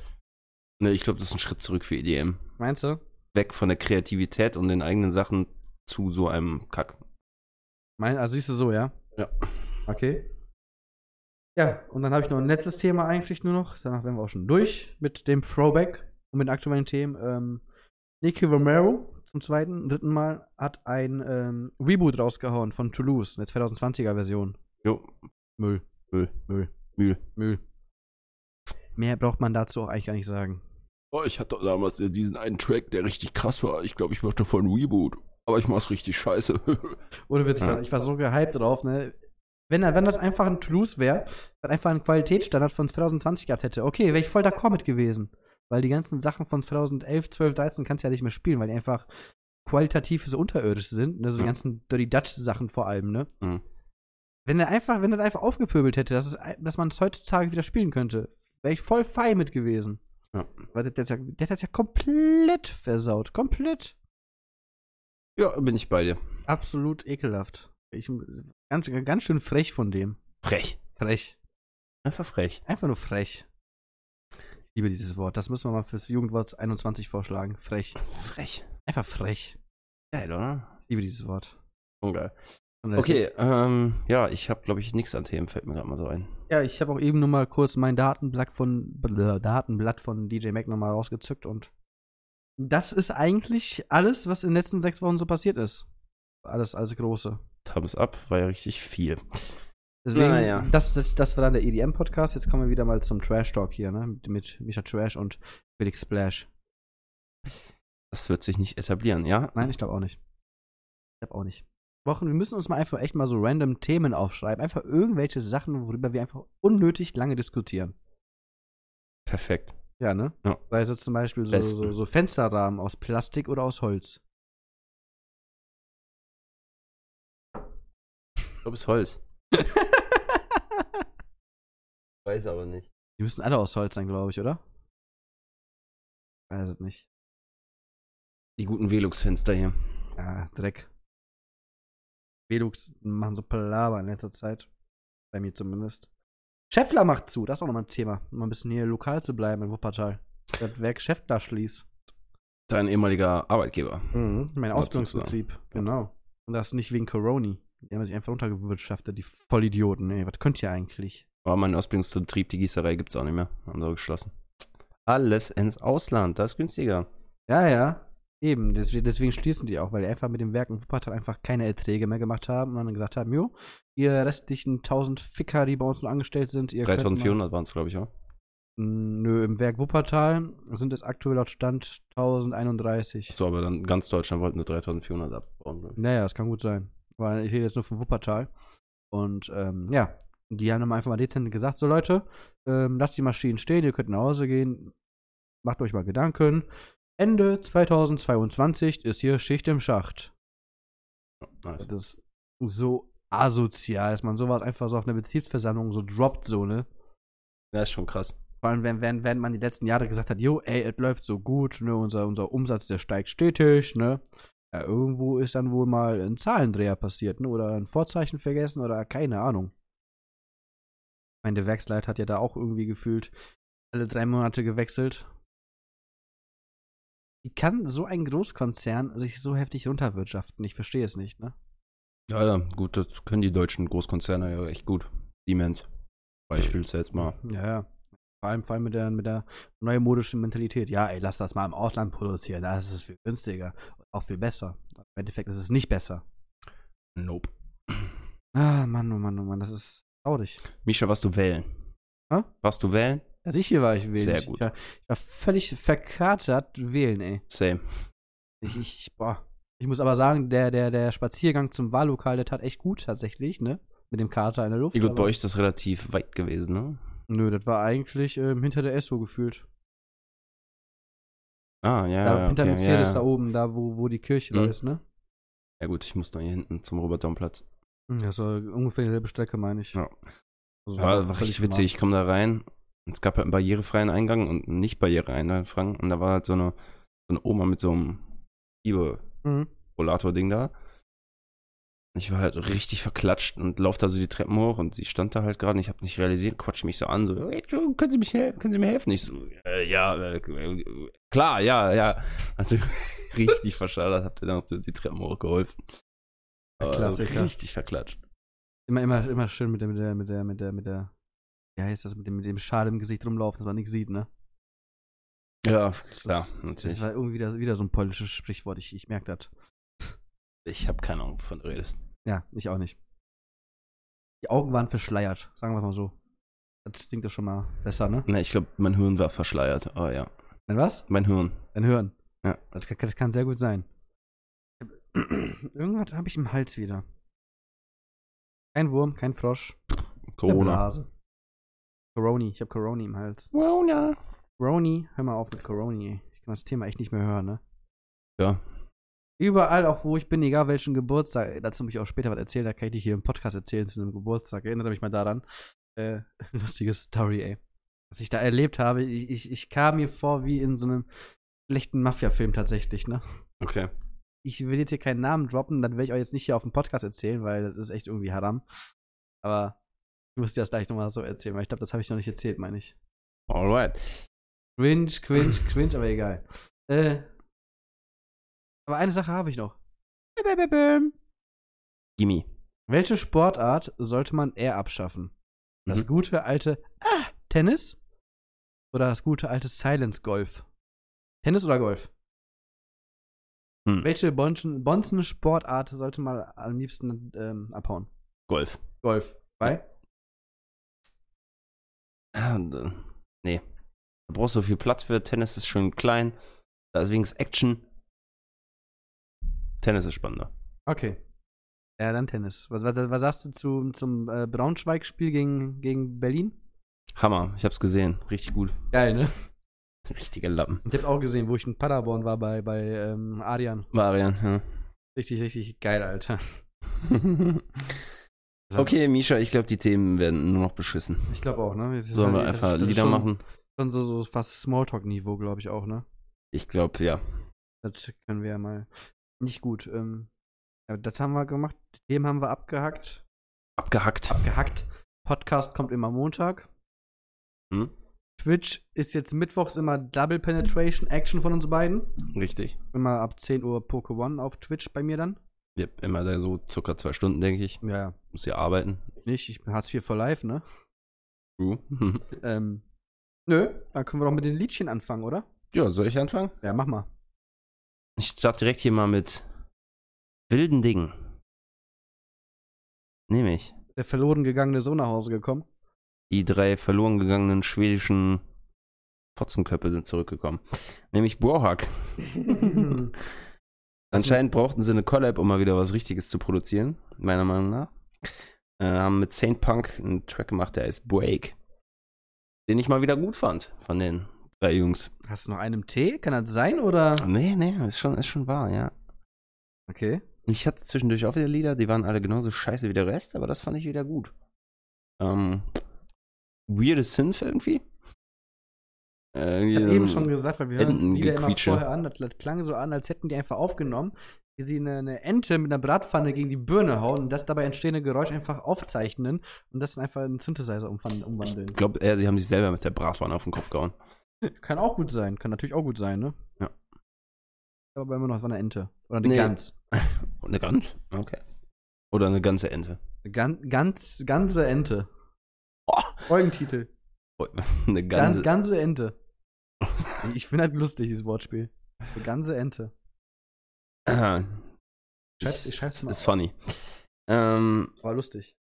Ne, ich glaube, das ist ein Schritt zurück für EDM.
Meinst du?
Weg von der Kreativität und den eigenen Sachen zu so einem Kack.
Mein, also siehst du so, ja?
Ja.
Okay. Ja, und dann habe ich noch ein letztes Thema eigentlich nur noch. Danach wären wir auch schon durch mit dem Throwback und mit den aktuellen Themen. Ähm, Nicky Romero zum zweiten, dritten Mal hat ein ähm, Reboot rausgehauen von Toulouse, eine 2020er Version.
Jo,
Müll.
Müll.
Müll.
Mühl.
Müll. Mehr braucht man dazu auch eigentlich gar nicht sagen.
Oh, ich hatte damals ja diesen einen Track, der richtig krass war. Ich glaube, ich möchte voll einen Reboot. Aber ich mach's richtig scheiße.
Ohne Witz, ich,
Ja.
war, ich war so gehypt drauf, ne? Wenn, er- wenn das einfach ein Toulouse wäre, dann einfach einen Qualitätsstandard von 2020 gehabt hätte, okay, wäre ich voll d'accord mit gewesen. Weil die ganzen Sachen von 2011, 12, 13 kannst du ja nicht mehr spielen, weil die einfach qualitativ so unterirdisch sind. Ne? So die
Ja.
ganzen Dirty Dutch-Sachen vor allem, ne?
Mhm.
Wenn er einfach, wenn er einfach aufgepöbelt hätte, dass, es, ein- dass man es heutzutage wieder spielen könnte, wäre ich voll fein mit gewesen.
Ja.
Weil der, der, hat's ja- der hat das ja komplett versaut. Komplett.
ja, bin ich bei dir.
Absolut ekelhaft. Ich, ganz, ganz schön frech von dem.
Frech.
Frech.
Einfach frech.
Einfach nur frech. Ich liebe dieses Wort. Das müssen wir mal fürs Jugendwort 21 vorschlagen. Frech.
Frech.
Einfach frech.
Geil, oder?
Ich liebe dieses Wort.
Ungeil.
Und das
Okay,
ist-
ähm, ja, ich habe, glaube ich, nichts an Themen, fällt mir gerade mal so ein.
Ja, ich habe auch eben nur mal kurz mein Datenblatt von, bläh, Datenblatt von DJ Mac nochmal rausgezückt und das ist eigentlich alles, was in den letzten sechs Wochen so passiert ist. Alles, alles Große.
Thumbs up, war ja richtig viel.
Deswegen,
Naja.
das, das, das war dann der EDM-Podcast. Jetzt kommen wir wieder mal zum Trash-Talk hier, ne? Mit, mit Micha Trash und Felix Splash.
Das wird sich nicht etablieren, ja?
Nein, ich glaube auch nicht. Ich glaube auch nicht. Wochen, wir müssen uns mal einfach echt mal so random Themen aufschreiben. Einfach irgendwelche Sachen, worüber wir einfach unnötig lange diskutieren.
Perfekt.
Ja, ne?
Ja.
Sei es jetzt zum Beispiel so,
Besten.
so, so Fensterrahmen aus Plastik oder aus Holz.
Ich glaube, es ist Holz. Weiß aber nicht.
Die müssen alle aus Holz sein, glaube ich, oder? Weiß es nicht.
Die guten Velux-Fenster hier.
Ja, Dreck. Velux machen so Palaver in letzter Zeit. Bei mir zumindest. Scheffler macht zu, das ist auch nochmal ein Thema. Um mal ein bisschen hier lokal zu bleiben in Wuppertal. Das Werk Scheffler schließt.
Dein ehemaliger Arbeitgeber.
Mein
Mal
Ausbildungsbetrieb. Genau. Und das nicht wegen Corona. Die haben sich einfach runtergewirtschaftet, die Vollidioten. Ey, was könnt ihr eigentlich?
War mein Ausbildungsbetrieb, die Gießerei gibt's auch nicht mehr. Haben sie auch geschlossen. Alles ins Ausland, das ist günstiger.
Ja, ja. Eben, des- deswegen schließen die auch, weil die einfach mit dem Werk in Wuppertal einfach keine Erträge mehr gemacht haben und dann gesagt haben, jo, ihr restlichen 1000 Ficker, die bei uns nur angestellt sind, ihr könnt mal-
3400 waren es, glaube ich, oder?
Hm, Nö, im Werk Wuppertal sind es aktuell laut Stand 1031.
Achso, aber dann ganz Deutschland wollten nur 3400 abbauen. glaub ich.
Naja, das kann gut sein. Weil ich rede jetzt nur von Wuppertal. Und ähm, ja, die haben dann einfach mal dezent gesagt, so Leute, ähm, lasst die Maschinen stehen, ihr könnt nach Hause gehen, macht euch mal Gedanken. Ende 2022 ist hier Schicht im Schacht.
Ja, nice.
Das ist so asozial, dass man sowas einfach so auf einer Betriebsversammlung so droppt, so, ne?
Das ist schon krass.
Vor allem, wenn, wenn, wenn man die letzten Jahre gesagt hat, jo, ey, es läuft so gut, ne, unser, unser Umsatz, der steigt stetig, ne. Ja, irgendwo ist dann wohl mal ein Zahlendreher passiert, ne, oder ein Vorzeichen vergessen oder keine Ahnung. Ich meine, der Werksleiter hat ja da auch irgendwie gefühlt alle drei Monate gewechselt. Wie kann so ein Großkonzern sich so heftig runterwirtschaften? Ich verstehe es nicht, ne?
Ja, ja, gut, das können die deutschen Großkonzerne ja echt gut. Siemens. Beispielsweise jetzt mal.
Ja, ja. Vor allem, vor allem mit der, mit der neumodischen Mentalität. Ja, ey, lass das mal im Ausland produzieren. Da ist es viel günstiger und auch viel besser. Im Endeffekt ist es nicht besser.
Nope.
Ah, Mann, oh Mann, oh Mann, das ist traurig.
Mischa, was du wählen?
Hä?
Was du wählen?
Als ich hier war, ich wählen.
Sehr
Ich-
gut.
Ich war, ich war völlig verkatert wählen, ey.
Same.
Ich, ich, boah. Ich muss aber sagen, der, der, der Spaziergang zum Wahllokal, der tat echt gut tatsächlich, ne? Mit dem Kater in der Luft.
Ja, gut,
aber-
bei euch ist das relativ weit gewesen, ne?
Nö, das war eigentlich ähm, hinter der SO gefühlt.
Ah, ja,
da,
ja.
hinter
Okay, ja,
Mercedes
ja.
da oben, da wo, wo die Kirche da
Mhm.
ist, ne?
ja, gut, ich muss noch hier hinten zum Robert-Domplatz.
Hm, Ja, so ungefähr dieselbe Strecke, meine ich.
Ja.
Also,
Ja, war
völlig
richtig
normal.
witzig. Ich komme da rein. Es gab halt einen barrierefreien Eingang und einen nicht barrierefreien Eingang. Und da war halt so eine, so eine Oma mit so einem Ibe
Mhm.
Rollator-Ding da. Ich war halt richtig verklatscht und laufe da so die Treppen hoch und sie stand da halt gerade und ich habe nicht realisiert, quatscht mich so an, so, hey, Joe, können Sie, mich hel- können sie mir helfen? Ich so, äh, ja, äh, äh, klar, ja, ja. Also richtig verschallert, hab ihr dann auch so die Treppen hochgeholfen.
Der
Aber
Klassiker.
richtig verklatscht.
Immer, immer, immer schön mit der, mit der, mit der, mit der, mit der, wie heißt das, mit dem, mit dem Schal im Gesicht rumlaufen, dass man nichts sieht, ne?
Ja, klar,
Das
natürlich.
war irgendwie wieder, wieder so ein polnisches Sprichwort, ich, ich merke das.
Ich habe keine Ahnung, wovon du redest.
Ja, ich auch nicht. Die Augen waren verschleiert, sagen wir mal so. Das klingt doch schon mal besser, ne?
Na, ich glaube, mein Hirn war verschleiert. Oh ja,
Denn was?
mein Hirn.
Dein Hören.
Ja.
Das kann, das kann sehr gut sein. Irgendwas habe ich im Hals wieder. Kein Wurm, kein Frosch. Eine
Corona.
Blase. Coroni, ich habe Coroni im Hals.
Corona.
Coroni, hör mal auf mit Coroni. ey. Ich kann das Thema echt nicht mehr hören, ne?
Ja,
Überall, auch wo ich bin, egal welchen Geburtstag, dazu muss ich auch später was erzählen, da kann ich dich hier im Podcast erzählen zu einem Geburtstag. Erinnert mich mal daran. Äh, lustige Story, ey. Was ich da erlebt habe, ich, ich, ich kam mir vor wie in so einem schlechten Mafia-Film tatsächlich, ne?
okay.
ich will jetzt hier keinen Namen droppen, dann werde ich euch jetzt nicht hier auf dem Podcast erzählen, weil das ist echt irgendwie haram. Aber ich muss dir das gleich nochmal so erzählen, weil ich glaube, das habe ich noch nicht erzählt, meine ich.
Alright.
Cringe, cringe, cringe, aber egal. Äh, aber eine Sache habe ich noch. Bäm, bäm, bäm.
Gimme.
Welche Sportart sollte man eher abschaffen? Das
Mhm.
gute alte ah, Tennis oder das gute alte Silence Golf? Tennis oder Golf?
Hm.
Welche Bonzen- Bonzen-Sportart sollte man am liebsten ähm, abhauen?
Golf.
Golf. Weil?
Ah, und, äh, Nee. Da brauchst du viel Platz für. Tennis ist schön klein. Da ist wenigstens Action. Tennis ist spannender.
Okay. Ja, dann Tennis. Was, was, was sagst du zu, zum äh, Braunschweig-Spiel gegen, gegen Berlin?
Hammer. Ich hab's gesehen. Richtig gut.
Geil, ne?
Richtiger Lappen.
Ich hab auch gesehen, wo ich in Paderborn war bei, bei ähm, Adrian.
Marian,
Richtig, richtig geil, Alter.
ja. okay, Misha, ich glaube, die Themen werden nur noch beschissen.
Ich glaube auch, ne? Jetzt ist
Sollen wir
halt- das ist-
einfach
das ist
Lieder
schon-
machen?
Schon so, so fast Smalltalk-Niveau, glaube ich auch, ne?
Ich glaube, ja.
Das können wir ja mal. Nicht gut. Ähm, aber das haben wir gemacht. Die Themen haben wir abgehackt.
Abgehackt.
Gehackt. Podcast kommt immer Montag.
Hm?
Twitch ist jetzt mittwochs immer Double Penetration Action von uns beiden.
Richtig.
Immer ab 10 Uhr Poke One auf Twitch bei mir dann.
Wir haben immer da so circa zwei Stunden, denke ich.
Ja, ja.
Muss ja arbeiten.
Nicht, ich bin Hartz IV for Life, ne?
True.
Ähm, nö, dann können wir doch mit den Liedchen anfangen, oder?
ja, soll ich anfangen?
Ja, mach mal.
Ich starte direkt hier mal mit wilden Dingen. Nämlich
Der verloren gegangene Sohn nach Hause gekommen.
die drei verloren gegangenen schwedischen Fotzenköpfe sind zurückgekommen. Nämlich Brohak. Anscheinend brauchten sie eine Collab, um mal wieder was Richtiges zu produzieren, meiner Meinung nach. Äh, haben mit Saint Punk einen Track gemacht, der heißt Break. Den ich mal wieder gut fand, von den drei Jungs.
Hast du noch einen im Tee? Kann das sein, oder?
Nee, nee, ist schon, ist schon wahr, ja.
Okay.
Und Ich hatte zwischendurch auch wieder Lieder, die waren alle genauso scheiße wie der Rest, aber das fand ich wieder gut. Ähm, weirdes Synth irgendwie. Äh, irgendwie
Ich habe
so
eben
ein-
schon gesagt, weil wir hören uns
Enten-
Lieder immer
Gequietsche.
vorher an. Das, das klang so an, als hätten die einfach aufgenommen, wie sie eine, eine Ente mit einer Bratpfanne gegen die Birne hauen und das dabei entstehende Geräusch einfach aufzeichnen und das dann einfach in einen Synthesizer umwan- umwandeln.
ich glaube, äh, sie haben sich selber mit der Bratwanne auf den Kopf gehauen.
Kann auch gut sein, kann natürlich auch gut sein, ne?
Ja.
Aber immer noch war eine Ente. Oder eine
Nee.
Gans.
Und eine Gans? Okay. Oder eine ganze Ente.
Eine Gan ganz, ganze Ente.
Oh.
Folgentitel.
eine
Ganze.
ganze.
Gan ganze Ente. Ich finde halt lustig, dieses Wortspiel. Eine ganze Ente. schreib's- ich schreib's mal
Ist
auf.
funny. Ähm,
War lustig.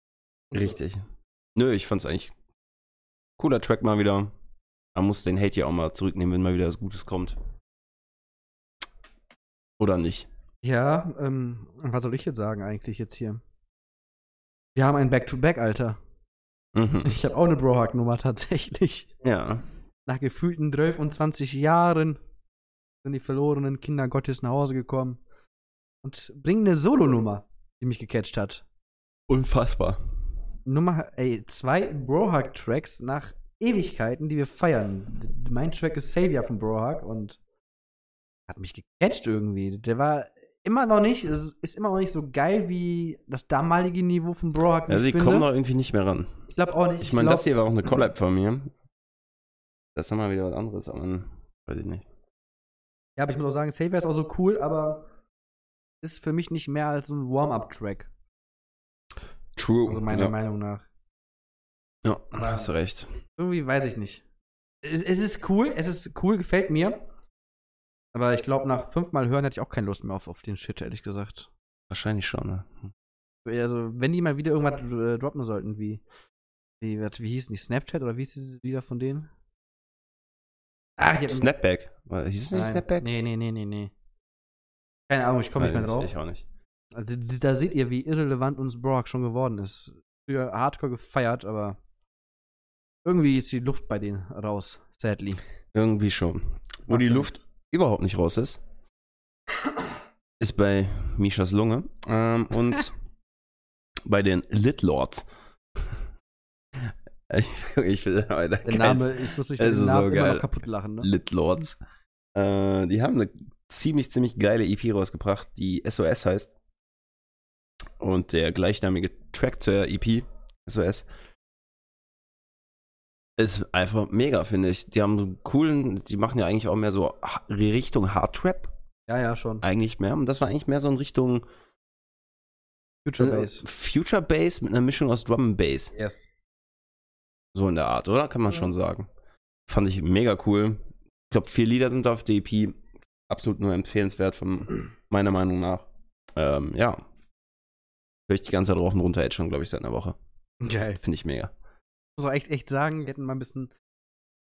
richtig. Nö, ich fand's eigentlich cooler Track mal wieder. Man muss den Hate ja auch mal zurücknehmen, wenn mal wieder was Gutes kommt. Oder nicht?
Ja, ähm, was soll ich jetzt sagen eigentlich jetzt hier? Wir haben ein Back-to-Back, Alter.
Mhm.
Ich habe auch eine Brohack-Nummer tatsächlich.
Ja.
Nach gefühlten 12 und 20 Jahren sind die verlorenen Kinder Gottes nach Hause gekommen und bringen eine Solo-Nummer, die mich gecatcht hat.
Unfassbar.
Nummer, ey, zwei Brohack-Tracks nach Ewigkeiten, die wir feiern. D- Mein Track ist Savior von Brohack und hat mich gecatcht irgendwie. Der war immer noch nicht, es ist immer noch nicht so geil wie das damalige Niveau von Brohack. wie
Ja,
ich
sie
finde.
kommen doch irgendwie nicht mehr ran.
ich glaube auch nicht.
Ich meine,
glaub-
das hier war auch eine Collab von mir. Das ist nochmal wieder was anderes, aber weiß ich nicht.
Ja, aber ich muss auch sagen, Savior ist auch so cool, aber ist für mich nicht mehr als so ein Warm-Up-Track.
True.
Also meiner
ja.
Meinung nach.
Ja, hast du recht.
Irgendwie weiß ich nicht. Es, es ist cool, es ist cool, gefällt mir. Aber ich glaube, nach fünfmal hören hätte ich auch keine Lust mehr auf, auf den Shit, ehrlich gesagt.
Wahrscheinlich schon, ne?
Also, wenn die mal wieder irgendwas äh, droppen sollten, wie. Wie, wat, wie hießen die? Snapchat oder wie hieß dieses Lieder von denen? Ah, die
Snapback. Hieß es nicht
Nein.
Snapback?
Nee, nee, nee, nee, nee. Keine Ahnung, ich komme
Weiß
nicht mehr drauf.
Ich auch nicht.
Also, d- da seht ihr, wie irrelevant uns Brock schon geworden ist. Früher hardcore gefeiert, aber. Irgendwie ist die Luft bei denen raus, sadly.
Irgendwie schon. Wo
Macht
die
ja
Luft
nichts.
überhaupt nicht raus ist, ist bei Mishas Lunge ähm, und bei den Litlords. ich, ich will Alter,
Der
geilste-
Name, ich muss mich mit
Es
dem
ist
Namen
so
immer
geil.
noch kaputt lachen, ne?
Litlords. Äh, die haben eine ziemlich, ziemlich geile EP rausgebracht, die SOS heißt. Und der gleichnamige Track zur E EP, SOS, ist einfach mega, finde ich. Die haben so einen coolen, die machen ja eigentlich auch mehr so Richtung Hard Trap,
Ja, ja, schon.
Eigentlich mehr. Und das war eigentlich mehr so in Richtung
Future
äh,
Bass.
Future Bass mit einer Mischung aus Drum and Bass.
Yes.
So in der Art, oder? Kann man
Ja.
schon sagen. Fand ich mega cool. Ich glaube, vier Lieder sind auf der EP. Absolut nur empfehlenswert, von meiner Meinung nach. Ähm, ja. Höre ich die ganze Zeit rauf und runter jetzt schon, glaube ich, seit einer Woche.
Geil.
Finde ich mega.
muss auch echt, echt sagen, wir hätten mal ein bisschen.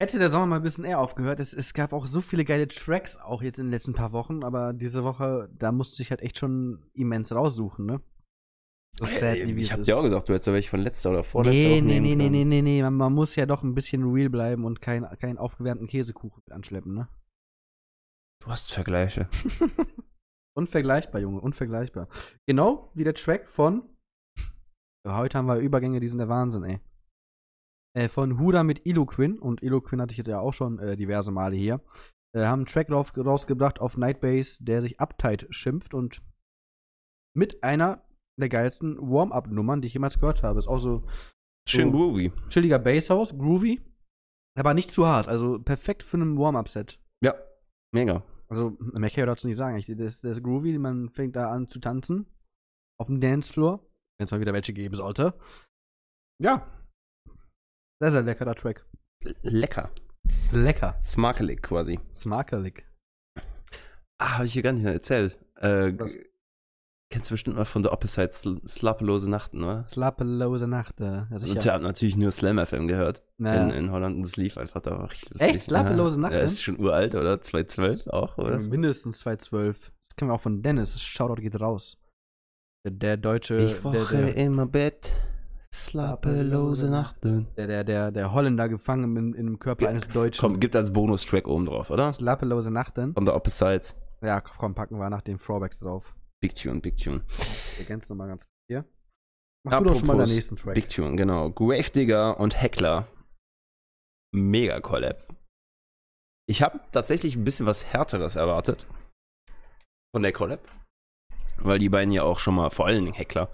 Hätte der Sommer mal ein bisschen eher aufgehört. Es, es gab auch so viele geile Tracks auch jetzt in den letzten paar Wochen, aber diese Woche, da musste ich halt echt schon immens raussuchen, ne? So sad, wie
ich
es
habe
ist.
dir auch gesagt, du hättest ja welche von letzter oder vorletzter
nee,
Woche
nee,
nehmen
nee, nee,
können.
nee, nee, nee, man, man muss ja doch ein bisschen real bleiben und keinen kein aufgewärmten Käsekuchen mit anschleppen, ne?
Du hast Vergleiche.
Unvergleichbar, Junge, unvergleichbar. Genau wie der Track von. Heute haben wir Übergänge, die sind der Wahnsinn, ey. Äh, von Huda mit Iloquin. Und Iloquin hatte ich jetzt ja auch schon äh, diverse Male hier. Äh, haben einen Track rauf, rausgebracht auf Nightbase, der sich Uptight schimpft und mit einer der geilsten Warm-Up-Nummern, die ich jemals gehört habe. Ist auch so
Schön
So.
groovy.
chilliger Basshouse, groovy, aber nicht zu hart. Also perfekt für einen Warm-Up-Set.
Ja, mega.
Also, mehr kann ich dazu nicht sagen. Ich, das, das ist groovy, man fängt da an zu tanzen. Auf dem Dancefloor. Wenn es mal wieder welche geben sollte. Ja. Sehr, sehr leckerer Track.
Lecker.
Lecker.
Smakelig quasi.
Smakelig.
Ah, habe ich hier gar nicht mehr erzählt. Äh,
Was?
kennst du bestimmt mal von The Opposite Sl Slappelose Nachten, oder?
Slappelose Nacht. Äh, ja,
Und ich
sicher.
habe natürlich nur Slam FM gehört. In, äh,
Naja.
in Holland und das lief einfach da war richtig
Echt? Slappelose Nachten?
Ja, ist schon uralt, oder? 2012 auch, oder?
Ähm, mindestens 212. Das kennen wir auch von Dennis. Shoutout geht raus. Der, der deutsche. der, der,
im Bett
slappelose
Nachten.
der, der, der, der Holländer gefangen in, in dem Körper
Ja,
eines Deutschen.
Komm, gibt als Bonustrack oben drauf, oder?
Slappelose Nachten.
Von The Opposites.
Ja, komm, packen wir nach den Throwbacks drauf.
Big Tune, Big Tune.
Ergänzt nochmal ganz kurz hier. Mach du doch schon mal
Apropos
den nächsten Track.
Big Tune, genau. Gravedigger und Heckler. Mega Collab. Ich habe tatsächlich ein bisschen was Härteres erwartet von der Collab. Weil die beiden ja auch schon mal, vor allen Dingen Heckler,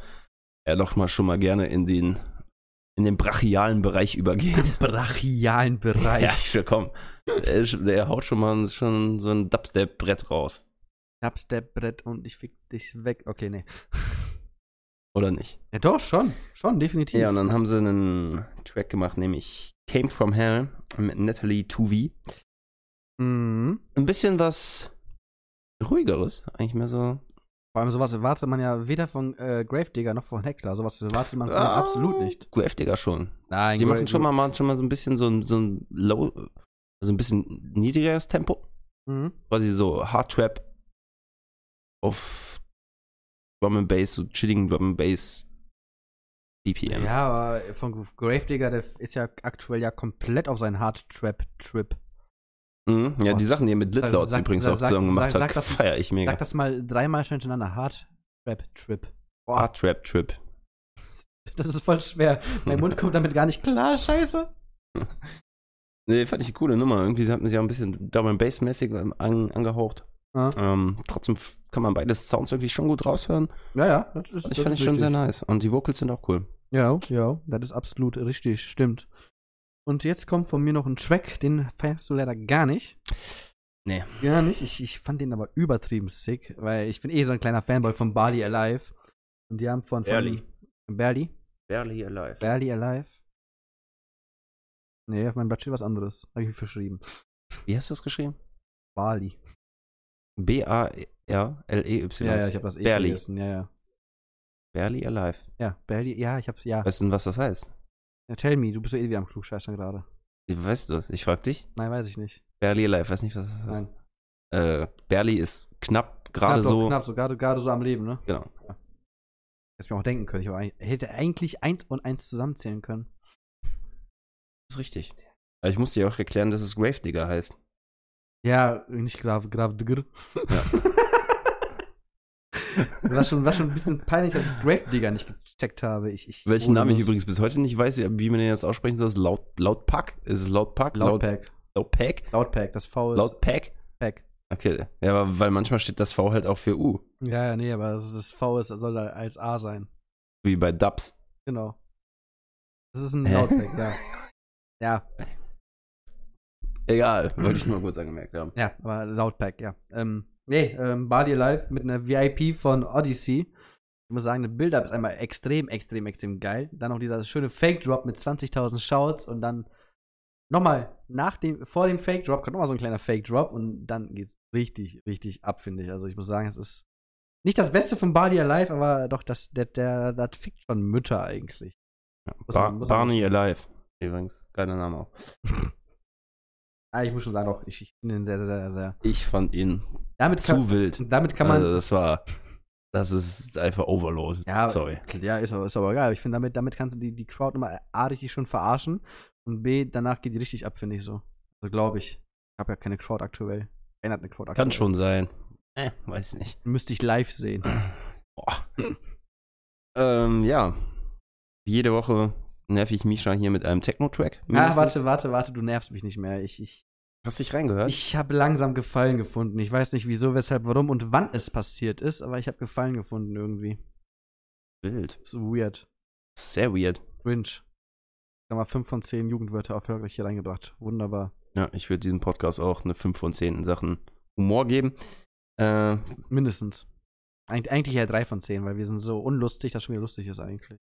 ja doch mal schon mal gerne in den, in den brachialen Bereich übergeht.
brachialen Bereich.
Ja, komm. Der, ist- der haut schon mal schon so ein Dubstep-Brett raus.
Dubstep-Brett und ich fick dich weg. Okay, nee.
Oder nicht?
Ja, doch, schon. Schon, definitiv.
Ja, ne? und dann haben sie einen Track gemacht, nämlich Came From Hell mit Natalie Tuvi.
mhm.
ein bisschen was ruhigeres, eigentlich mehr so.
Vor allem sowas erwartet man ja weder von äh, Gravedigger noch von Heckler. Sowas erwartet man von denen absolut nicht.
Heftiger schon.
Nein,
Ah. Die machen schon mal, machen schon mal so ein bisschen so ein, so ein low, also ein bisschen niedrigeres Tempo,
Mhm.
quasi so Hard Trap auf Drum and Bass, so chilligen Drum and Bass E BPM.
Ja, aber von Gravedigger, der ist ja aktuell ja komplett auf seinen Hard-Trap-Trip.
Mhm, ja
Oh,
die Sachen, die er mit
sag-
Litlauts
sag-
übrigens
sag-
auch zusammen
sag-
gemacht
sag-
hat,
sag das-
feier ich
Sag
mega.
das mal dreimal schnell hintereinander. Hard-Trap-Trip. Boah,
Hard Trap Trip.
das ist voll schwer. Mein Mund kommt damit gar nicht klar, scheiße.
Nee, fand ich eine coole Nummer. Irgendwie hat man sich auch ein bisschen Drum and Bass mäßig an, angehaucht.
Ja.
Ähm, trotzdem f- kann man beides Sounds irgendwie schon gut raushören.
Ja, ja, das ist,
Das, fand ich schon sehr nice. Und die Vocals sind auch cool.
Ja, ja, das ist absolut richtig, stimmt. Und jetzt kommt von mir noch ein Track, den feierst du leider gar nicht.
Nee.
Gar nicht, ich, ich fand den aber übertrieben sick, weil ich bin eh so ein kleiner Fanboy von Barley Alive. Und die haben von. von
Barely.
Barley?
Barely Alive.
Barley Alive? Nee, auf meinem Blatt steht was anderes. Hab ich mir verschrieben.
Wie hast du das geschrieben?
Barley.
B-A-R-L-E-Y.
Ja, ja, ich hab das eh
Barely.
vergessen. Ja, ja.
Barely Alive.
Ja, Barley, ja, ich hab's, ja.
Weißt du, denn, was das heißt?
ja. Tell me, du bist ja eh wieder am Klugscheißern gerade.
Weißt du das? Ich frag dich.
Nein, weiß ich nicht.
Barely Alive. Weiß nicht, was das heißt.
Nein.
Äh, barely ist knapp, gerade
knapp, doch,
so.
Knapp, so gerade, gerade so am Leben, ne?
Genau.
Hätte ich mir auch denken können. Ich hab eigentlich- hätte eigentlich eins und eins zusammenzählen können.
Das ist richtig. Aber ich musste dir auch erklären, dass es Gravedigger heißt.
Ja, nicht Graf, Graf Digger. war, schon, war schon ein bisschen peinlich, dass ich Grave Digger nicht gecheckt habe. Ich, ich,
Welchen
ohne
Namen ich
Lust.
übrigens bis heute nicht weiß, wie, wie man den jetzt aussprechen soll. Ist Laut, Lautpack? Ist es Lautpack?
Lautpack.
Lautpack?
Lautpack, das V ist
Lautpack?
Pack.
Okay. Ja, aber- weil manchmal steht das V halt auch für U.
Ja, ja, nee, aber das, das V ist, soll da als A sein.
Wie bei Dubs.
Genau. Das ist ein
Hä?
Lautpack, ja. Ja,
Egal, wollte ich nur kurz angemerkt haben.
ja, aber Lautpack, ja. Ähm, Nee, ähm, Body Alive mit einer VIP von Odyssey. Ich muss sagen, das Build-Up ist einmal extrem, extrem, extrem geil. Dann noch dieser schöne Fake-Drop mit 20.000 Shouts und dann nochmal, nach dem, vor dem Fake-Drop kommt nochmal so ein kleiner Fake-Drop und dann geht's richtig, richtig ab, finde ich. Also ich muss sagen, es ist nicht das Beste von Barney Alive, aber doch, das, der, der, das fickt schon Mütter eigentlich.
Ja,
Muss
Bar
man- muss man
Barney Alive. Übrigens, geiler Name auch.
Ah, ich muss schon sagen, doch, ich, ich finde ihn sehr, sehr, sehr, sehr.
Ich fand ihn
Damit kann,
zu wild.
damit kann man.
also das war, das ist einfach Overload.
Ja,
Sorry.
Ja, ist aber, ist aber geil. Ich finde, damit, damit kannst du die, die Crowd nochmal A, richtig schon verarschen und B, danach geht die richtig ab, finde ich so. Also glaube ich. Ich habe ja keine Crowd aktuell. Einer hat eine Crowd aktuell.
Kann schon sein. Äh, weiß nicht.
Müsste ich live sehen. Ah,
Boah. ähm, ja. Wie jede Woche nerv ich Misha hier mit einem Techno-Track.
Ah, warte, warte, warte, du nervst mich nicht mehr. Ich, ich,
Hast dich reingehört?
ich habe langsam Gefallen gefunden. Ich weiß nicht wieso, weshalb, warum und wann es passiert ist, aber ich habe Gefallen gefunden irgendwie.
wild.
Ist weird.
Sehr weird.
Cringe. Ich sag mal, 5 von 10 Jugendwörter erfolgreich hier reingebracht. Wunderbar.
Ja, ich würde diesem Podcast auch eine 5 von 10 in Sachen Humor geben. Äh,
Mindestens. Eig eigentlich ja drei von zehn, weil wir sind so unlustig, dass schon wieder lustig ist eigentlich.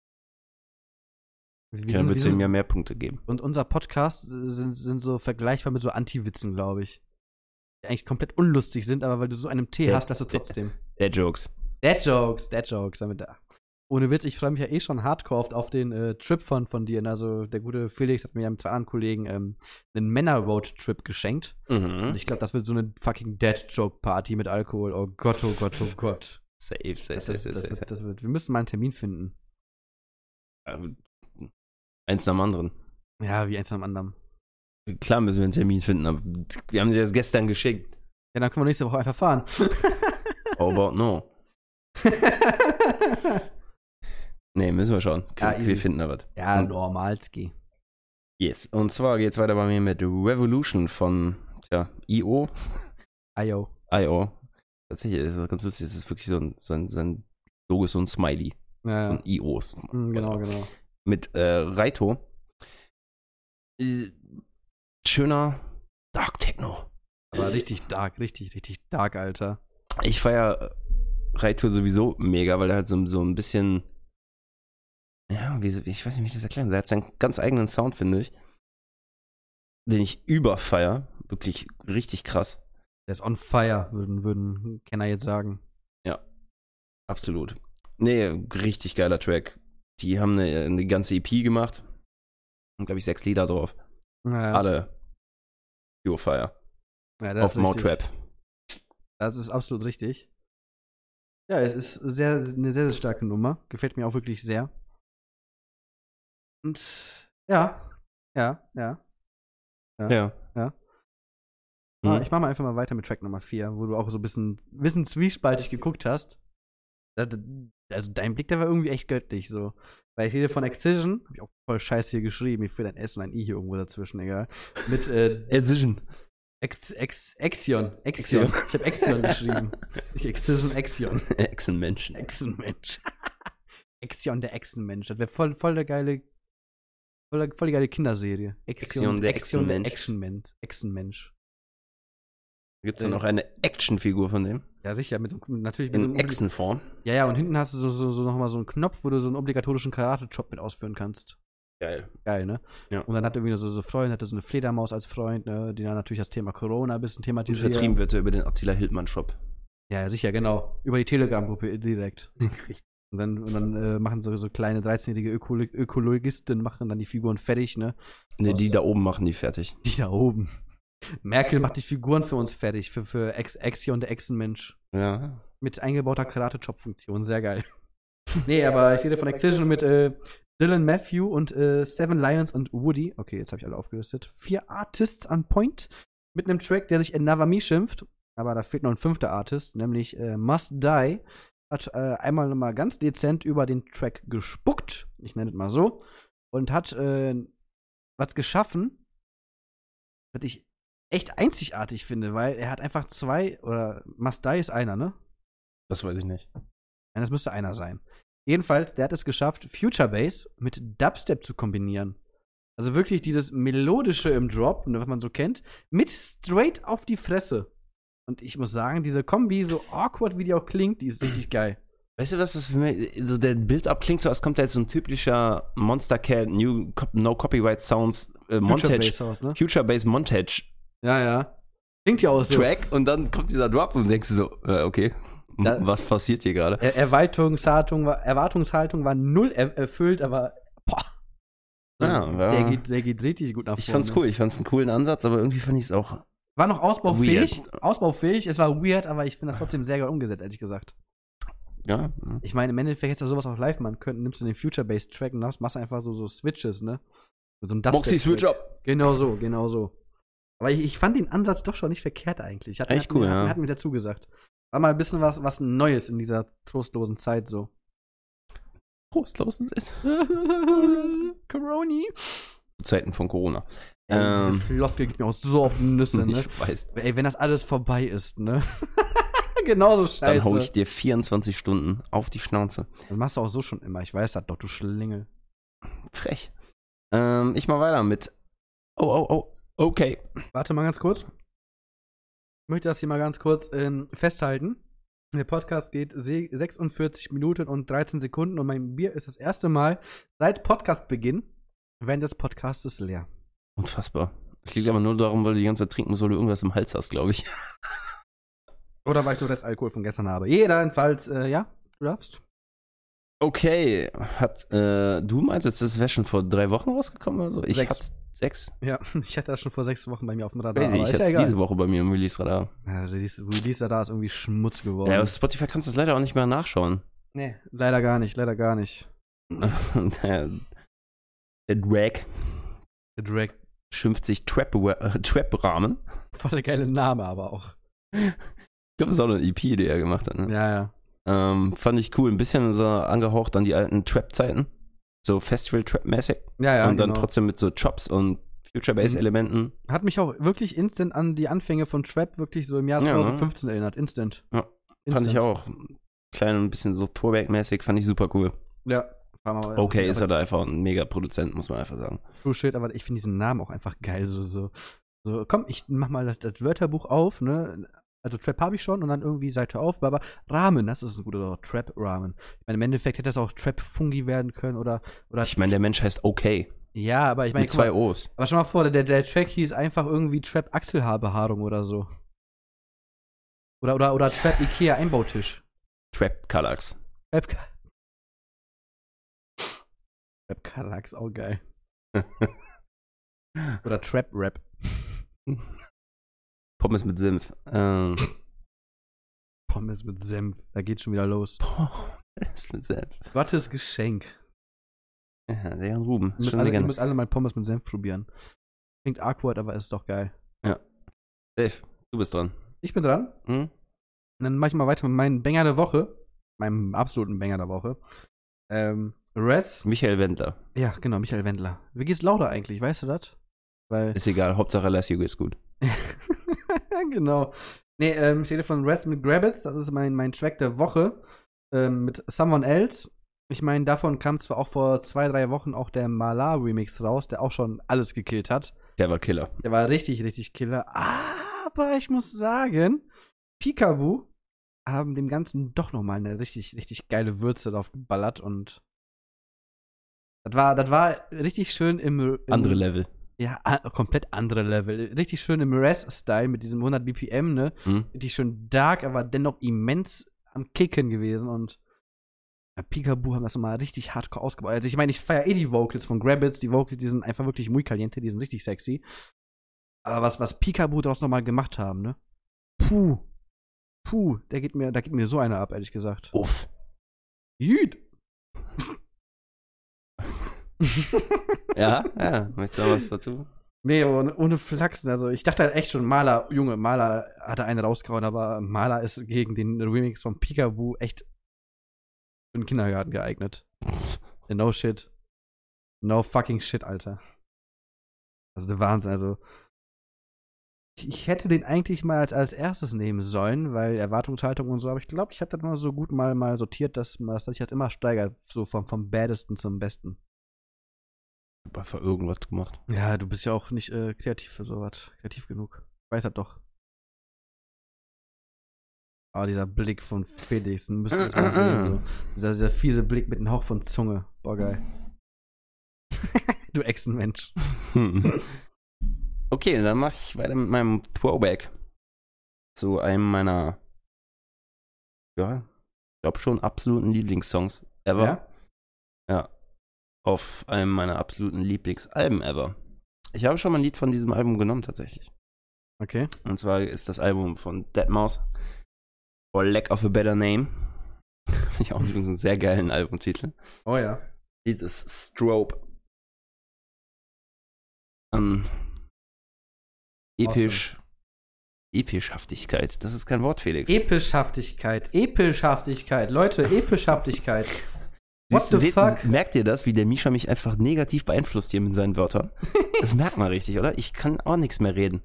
Wir
dann
sind, wir
würdest du
sind,
mir mehr Punkte geben.
und unser Podcast äh, sind, sind so vergleichbar mit so Anti-Witzen, glaube ich. Die eigentlich komplett unlustig sind, aber weil du so einen Tee
Ja.
hast, dass du trotzdem.
Der Jokes.
Dead Jokes, Dead Jokes, damit da. Ohne Witz, ich freue mich ja eh schon hardcore oft auf den äh, Trip von, von dir. Also der gute Felix hat mir ja mit zwei anderen Kollegen ähm, einen Männer-Road-Trip geschenkt.
Mhm.
Und ich glaube, das wird so eine fucking Dead-Joke-Party mit Alkohol. Oh Gott, oh Gott, oh Gott.
Safe, safe,
Das,
safe,
das,
safe.
das,
safe.
wird, das wird. Wir müssen mal einen Termin finden.
Ähm, Eins nach dem anderen.
Ja, wie eins am anderen.
Klar müssen wir einen Termin finden, aber wir haben dir das gestern geschickt.
Ja, dann können wir nächste Woche einfach fahren.
How about no? Nee, müssen wir schauen.
Ja,
wir
Ah, easy.
finden da was.
ja,
Und-
Normalski.
Yes. Und zwar geht's weiter bei mir mit Revolution von, tja, IO.
Ayo.
IO. Tatsächlich ist das ganz lustig. Das ist wirklich so ein, so ein, so ein Logo ist so ein Smiley.
Ja, ja.
Und IO.
Hm, Genau, genau.
mit äh, Raito. Äh, Schöner Dark Techno.
Aber richtig dark, richtig, richtig dark, Alter.
Ich feier äh, Raito sowieso mega, weil er halt so, so ein bisschen. Ja, wie, so- ich weiß nicht, wie ich das erklären soll. Er hat seinen ganz eigenen Sound, finde ich. Den ich überfeier. Wirklich richtig krass.
Der ist on fire, würden, würden Kenner jetzt sagen.
Absolut. Nee, richtig geiler Track. Die haben eine, eine ganze EP gemacht. Und, glaube ich, sechs Lieder drauf.
Ja,
Alle. Pure Fire.
ja, das
Auf
ist richtig.
Motrap.
Das ist absolut richtig. Ja, es ist sehr, eine sehr, sehr starke Nummer. Gefällt mir auch wirklich sehr. Und ja, ja, ja.
Ja.
Ja.
Mhm.
Ah, ich mache mal einfach mal weiter mit Track Nummer 4, wo du auch so ein bisschen, bisschen zwiespaltig geguckt hast. Da- da- Also dein Blick, der war irgendwie echt göttlich so. Weil ich rede von Excision, hab ich auch voll Scheiß hier geschrieben. Mir fehlt ein S und ein I hier irgendwo dazwischen, egal. Mit äh,
Excision.
Ex, Ex, Exion. Exion. Ich habe Exion geschrieben. Nicht Excision, Exion.
Echsenmenschen.
Echsenmensch. Exion der Echsenmensch. Das wäre voll, voll der geile. Voll, der- voll die geile Kinderserie.
Exion der
Exion der
Echsenmensch.
Echsenmensch. Echsenmensch.
Gibt es da noch eine Actionfigur von dem?
Ja, sicher, mit so, einem- natürlich mit so
In
einem obli-
Echsenform.
Ja, ja, und hinten hast du so, so, so nochmal so einen Knopf, wo du so einen obligatorischen Karate-Chop mit ausführen kannst.
Geil.
Geil, ne?
Ja.
Und dann hat er irgendwie so, so Freunde, hatte so eine Fledermaus als Freund, ne? Die dann natürlich das Thema Corona ein bisschen
Die
thematisiert.
vertrieben wird er über den Attila Hildmann-Shop.
Ja, ja, sicher, genau. Über die Telegram-Gruppe direkt.
Richtig.
Und dann, und dann äh, machen so, so kleine 13-jährige Ökolo Ökologisten, machen dann die Figuren fertig, ne?
Ne, die da oben machen die fertig.
Die da oben. Merkel macht die Figuren für uns fertig, für, für Ex Exi und der Echsenmensch.
Ja.
mit eingebauter Karate-Chop-Funktion. Sehr geil. nee, aber ich rede von Excision mit äh, Dylan Matthew und äh, Seven Lions und Woody. Okay, jetzt habe ich alle aufgelistet. Vier Artists on Point mit einem Track, der sich Another Me schimpft. Aber da fehlt noch ein fünfter Artist, nämlich äh, Must Die. Hat äh, einmal mal ganz dezent über den Track gespuckt, ich nenne es mal so, und hat äh, was geschaffen, was ich echt einzigartig finde, weil er hat einfach zwei, oder Must Die ist einer, ne?
Das weiß ich nicht.
Nein, das müsste einer sein. Jedenfalls, der hat es geschafft, Future Bass mit Dubstep zu kombinieren. Also wirklich dieses melodische im Drop, ne, was man so kennt, mit straight auf die Fresse. Und ich muss sagen, diese Kombi, so awkward wie die auch klingt, die ist richtig geil.
Weißt du, was das für mich, so der Build-Up klingt so, als kommt da jetzt so ein typischer Monster Cat, New Co- No Copyright Sounds äh, Montage,
Future-based House, ne?
Future Bass Montage
Ja, ja. Klingt ja auch so.
Track und dann kommt dieser Drop und denkst du so, äh, okay, m-
Da-
was passiert hier gerade?
Er Erwartungshaltung, war, Erwartungshaltung war null er erfüllt, aber boah.
Ja, ja.
Der, geht, der geht richtig gut nach
Ich
vorne.
fand's cool, ich fand's einen coolen Ansatz, aber irgendwie fand ich's auch.
War noch ausbaufähig. Ausbaufähig, es war weird, aber ich finde das trotzdem sehr geil umgesetzt, ehrlich gesagt.
Ja, hm.
Ich meine, im Endeffekt hättest du sowas auch live machen können. Nimmst du den Future-Based Track und machst machst einfach so, so Switches, ne? Mit so einem
Moxie
Dubstep-Track.
Switch Up.
Genau so, genau so. Aber ich, ich fand den Ansatz doch schon nicht verkehrt eigentlich. Hat,
Echt
hat,
cool,
hat,
ja.
Hat mir dazu gesagt. War mal ein bisschen was, was Neues in dieser trostlosen Zeit so.
Trostlosen
Coroni.
Zeiten von Corona.
Ey,
Ähm.
Diese Floskel gibt mir auch so auf die Nüsse, ne?
Ich weiß.
Ey, wenn das alles vorbei ist, ne? Genauso scheiße.
Dann hau ich dir 24 Stunden auf die Schnauze.
Das machst du auch so schon immer. Ich weiß das doch, du Schlingel.
Frech. Ähm, ich mach weiter mit. Oh, oh, oh. Okay.
Warte mal ganz kurz. Ich möchte das hier mal ganz kurz ähm, festhalten. Der Podcast geht se- 46 Minuten und 13 Sekunden und mein Bier ist das erste Mal seit Podcastbeginn während des Podcastes leer.
Unfassbar. Es liegt aber nur darum, weil du die ganze Zeit trinken musst, weil du irgendwas im Hals hast, glaube ich.
Oder weil ich nur Restalkohol von gestern habe. Jedenfalls, äh, ja, du darfst.
Okay. Hat, äh, du meintest, das wäre schon vor drei Wochen rausgekommen oder so? Ich
Sechs.
hab's sechs.
Ja, ich hatte das schon vor sechs Wochen bei mir auf dem Radar.
Crazy.
aber
Ich
ist
hatte
ja egal.
diese Woche bei mir im Release-Radar.
Ja, Release, Release Radar ist irgendwie Schmutz geworden.
Ja, auf Spotify kannst du das leider auch nicht mehr nachschauen.
nee, leider gar nicht, leider gar nicht.
der, der Drag
Der Drag,
schimpft sich Trap- äh, Trap-Rahmen.
voll der geile Name aber auch.
ich glaube, das ist auch eine EP, die er gemacht hat. Ne?
Ja, ja.
Ähm, fand ich cool. Ein bisschen so angehaucht an die alten Trap-Zeiten. So Festival-Trap-mäßig.
Ja, ja,
und dann
genau.
trotzdem mit so Chops und
Mhm.
Future-Bass-Elementen.
Hat mich auch wirklich instant an die Anfänge von Trap wirklich so im Jahr
Ja, ne?
2015 erinnert. Instant.
Ja, Fand
Instant.
ich auch. Klein und ein bisschen so Torback-mäßig. Fand ich super cool.
Ja. War mal-
Okay, ist er
aber
da einfach ein mega Produzent, muss man einfach sagen.
True Shit, aber ich finde diesen Namen auch einfach geil. So, so, so komm, ich mach mal das, das Wörterbuch auf, ne? Also Trap habe ich schon und dann irgendwie Seite auf, aber Rahmen, das ist ein guter Wort. Trap Rahmen. Ich meine, im Endeffekt hätte das auch Trap Fungi werden können oder oder
Ich meine, der Mensch heißt Okay.
ja, aber ich meine,
mit zwei
guck mal,
O's.
aber schon mal vor, der, der Track hieß einfach irgendwie Trap Achselhaarbehaarung oder so. Oder oder oder Trap Ikea Einbautisch.
Trap-Kallax.
Trap Ka- Trap Karax, auch geil. Oder Trap Rap.
Pommes mit Senf. Ähm,
Pommes mit Senf. Da geht schon wieder los.
Pommes mit Senf.
Gottes Geschenk.
Ja, der Jan Ruben.
Ihr müsst,
Schon
alle, ihr
gerne.
müsst alle mal Pommes mit Senf probieren. Klingt awkward, aber ist doch geil.
Dave, du bist dran.
Ich bin dran. Und
Hm?
dann mach ich mal weiter mit meinem Banger der Woche. Meinem absoluten Banger der Woche. Ähm, Res.
Michael Wendler.
Ja, genau, Michael Wendler. Wie geht's Lauda eigentlich? Weißt du das? Weil.
Ist egal, Hauptsache Last Hugo ist gut.
genau. Nee, ähm, ich rede von Rest mit Grabbits. Das ist mein, mein Track der Woche. Ähm, mit Someone Else. Ich meine, davon kam zwar auch vor zwei, drei Wochen auch der Malar-Remix raus, der auch schon alles gekillt hat.
Der war Killer.
Der war richtig, richtig killer. Aber ich muss sagen, Pikabu haben dem Ganzen doch nochmal eine richtig, richtig geile Würze drauf geballert und das war, das war richtig schön im, im
Andere Level.
ja, a- komplett andere Level. Richtig schön im Res-Style mit diesem 100 BPM, ne?
Hm?
Richtig schön dark, aber dennoch immens am Kicken gewesen und ja, Peekaboo haben das nochmal richtig hardcore ausgebaut. Also ich meine, ich feiere eh die Vocals von Grabbits. Die Vocals, die sind einfach wirklich muy caliente, die sind richtig sexy. Aber was, was Peekaboo daraus nochmal gemacht haben, ne? Puh. Puh, der geht mir, da geht mir so einer ab, ehrlich gesagt.
Uff.
Jüd.
Ja, ja. Möchtest du noch was dazu?
Nee, ohne, ohne Flachsen. Also ich dachte halt echt schon, Maler, Junge, Maler hatte einen rausgehauen, aber Maler ist gegen den Remix von Peekaboo echt für den Kindergarten geeignet. No shit. No fucking shit, Alter. Also der Wahnsinn, also. Ich- Ich hätte den eigentlich mal als, als erstes nehmen sollen, weil Erwartungshaltung und so, aber ich glaube, ich habe das mal so gut mal, mal sortiert, dass man dass sich das halt immer steigert, so vom, vom Badesten zum Besten.
Ich hab einfach irgendwas gemacht.
Ja, du bist ja auch nicht äh, kreativ für sowas. Kreativ genug. Ich weiß das doch. Ah, dieser Blick von Felix, den müsst ihr jetzt mal sehen. So. Dieser, dieser fiese Blick mit einem Hauch von Zunge. Boah, geil. du Echsenmensch.
Hm. Okay, dann mache ich weiter mit meinem Throwback zu einem meiner, ja, ich glaube schon absoluten Lieblingssongs ever.
Ja?
Ja. Auf einem meiner absoluten Lieblingsalben ever. Ich habe schon mal ein Lied von diesem Album genommen, tatsächlich.
Okay.
Und zwar ist das Album von Deadmau5 For Lack of a Better Name. Finde ich auch übrigens einen sehr geilen Albumtitel.
Oh ja.
Lied ist Strobe. An episch. Epischhaftigkeit. Das ist kein Wort, Felix.
Epischhaftigkeit, Epischhaftigkeit, Leute, Epischhaftigkeit. What
Siehst-
the
seht-
fuck?
Merkt ihr das, wie der Misha mich einfach negativ beeinflusst hier mit seinen Wörtern? Das merkt man richtig, oder? Ich kann auch nichts mehr reden.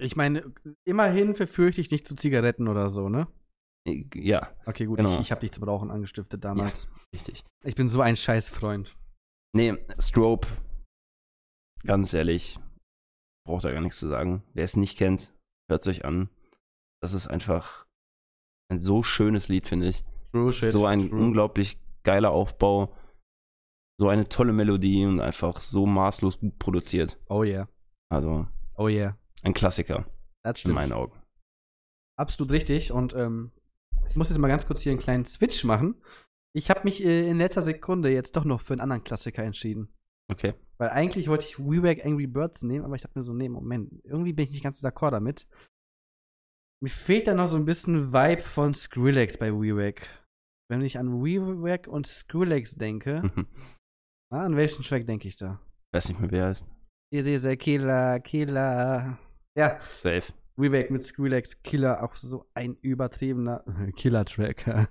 Ich meine, immerhin verführe ich dich nicht zu Zigaretten oder so, ne?
Äh, Ja,
Okay, gut,
Genau.
ich, ich habe dich zu Rauchen angestiftet damals.
richtig.
Ich bin so ein scheiß Freund.
Nee, Strobe. Ganz ehrlich, braucht da gar nichts zu sagen. Wer es nicht kennt, hört es euch an. Das ist einfach ein so schönes Lied, finde ich.
True
so ein
true.
unglaublich geiler Aufbau. So eine tolle Melodie und einfach so maßlos gut produziert.
Oh yeah,
Also
oh yeah.
ein Klassiker
Das
in
stimmt.
meinen Augen.
Absolut richtig. Und ähm, ich muss jetzt mal ganz kurz hier einen kleinen Switch machen. Ich habe mich äh, in letzter Sekunde jetzt doch noch für einen anderen Klassiker entschieden.
Okay.
Weil eigentlich wollte ich We Were Angry Birds nehmen, aber ich dachte mir so, nee, Moment, irgendwie bin ich nicht ganz so d'accord damit. Mir fehlt da noch so ein bisschen Vibe von Skrillex bei We Were. Wenn ich an We Were und Skrillex denke,
Hm.
na, an welchen Track denke ich da?
Weiß nicht mehr, wer er heißt.
Ihr seht, der Killer, Killer. Ja,
Safe.
We Were mit Skrillex, Killer, auch so ein übertriebener Killer-Track.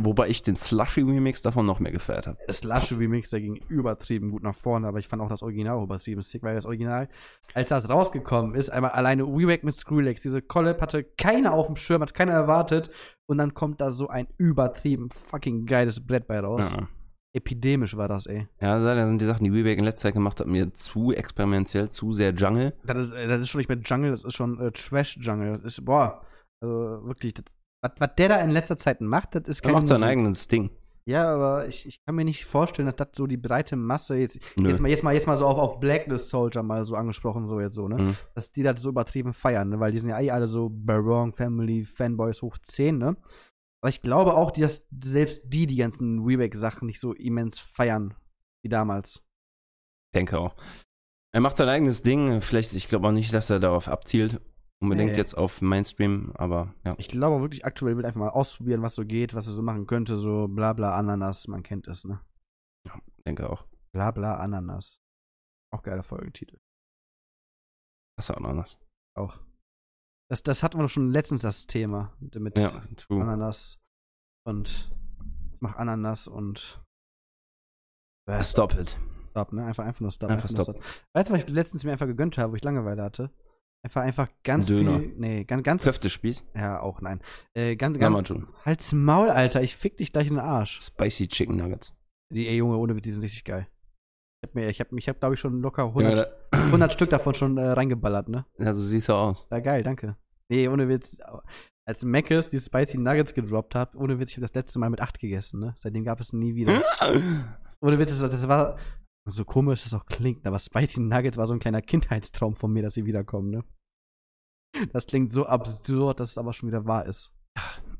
Wobei ich den Slushy-Remix davon noch mehr gefeiert habe.
Das Lasche Remix, der ging übertrieben gut nach vorne, aber ich fand auch das Original auch übertrieben sick, weil das Original, als das rausgekommen ist, einmal alleine Weback mit Skrillex, diese Collab hatte keiner auf dem Schirm, hat keiner erwartet und dann kommt da so ein übertrieben fucking geiles Brett bei raus.
Ja,
Epidemisch war das, ey.
ja leider sind die Sachen, die Weback in letzter Zeit gemacht hat, mir zu experimentell, zu sehr Jungle.
Das ist, äh, das ist schon nicht mehr Jungle, das ist schon äh, Trash-Jungle. Das ist, boah, also wirklich, das, was, was der da in letzter Zeit macht, das ist
Er
kein
macht sein
Musik.
eigenes Ding.
Ja, aber ich, ich kann mir nicht vorstellen, dass das so die breite Masse jetzt.
Nö.
Jetzt mal, jetzt mal, jetzt mal so auf, auf Blacklist Soldier mal so angesprochen, so jetzt so, ne?
Mhm.
Dass die das so übertrieben feiern, ne? Weil die sind ja eh alle so Barong Family, Fanboys hoch 10, ne? Aber ich glaube auch, dass selbst die die ganzen Reback-Sachen nicht so immens feiern wie damals.
Denke auch. Er macht sein eigenes Ding. Vielleicht, ich glaube auch nicht, dass er darauf abzielt. Unbedingt
Nee.
jetzt auf Mainstream, aber ja.
Ich glaube wirklich, aktuell will einfach mal ausprobieren, was so geht, was er so machen könnte, so bla bla Ananas, man kennt es, ne?
denke auch.
Bla bla Ananas. Auch geiler Folgentitel.
Das ist auch anders.
Auch. Das, das hatten wir doch schon letztens das Thema mit, mit
Ja, true.
Ananas und ich mach Ananas und
Stop it.
Stop, ne? Einfach, einfach nur Stop.
Einfach
nur Weißt du, was ich letztens mir einfach gegönnt habe, wo ich Langeweile hatte? Einfach, einfach ganz
Döner.
viel. Nee, ganz, ganz.
Köftespieß.
ja, auch nein. Äh, ganz,
Ja, man
ganz.
schon.
Halt's Maul, Alter. Ich fick dich gleich in den Arsch.
Spicy Chicken Nuggets.
Die, ey, Junge, ohne Witz, die sind richtig geil. Ich hab mir, ich hab, ich hab, glaube ich, schon locker
Ja,
100, 100 Stück davon schon äh, reingeballert, ne?
da- ja, so siehst du aus.
Ja, geil, danke. Nee, ohne Witz. Als Mc's die Spicy Nuggets gedroppt hat, ohne Witz, ich habe das letzte Mal mit 8 gegessen, ne? Seitdem gab es nie wieder. Ohne Witz, das war, das war so komisch, das auch klingt, aber Spicy Nuggets war so ein kleiner Kindheitstraum von mir, dass sie wiederkommen, ne? Das klingt so absurd, dass es aber schon wieder wahr ist.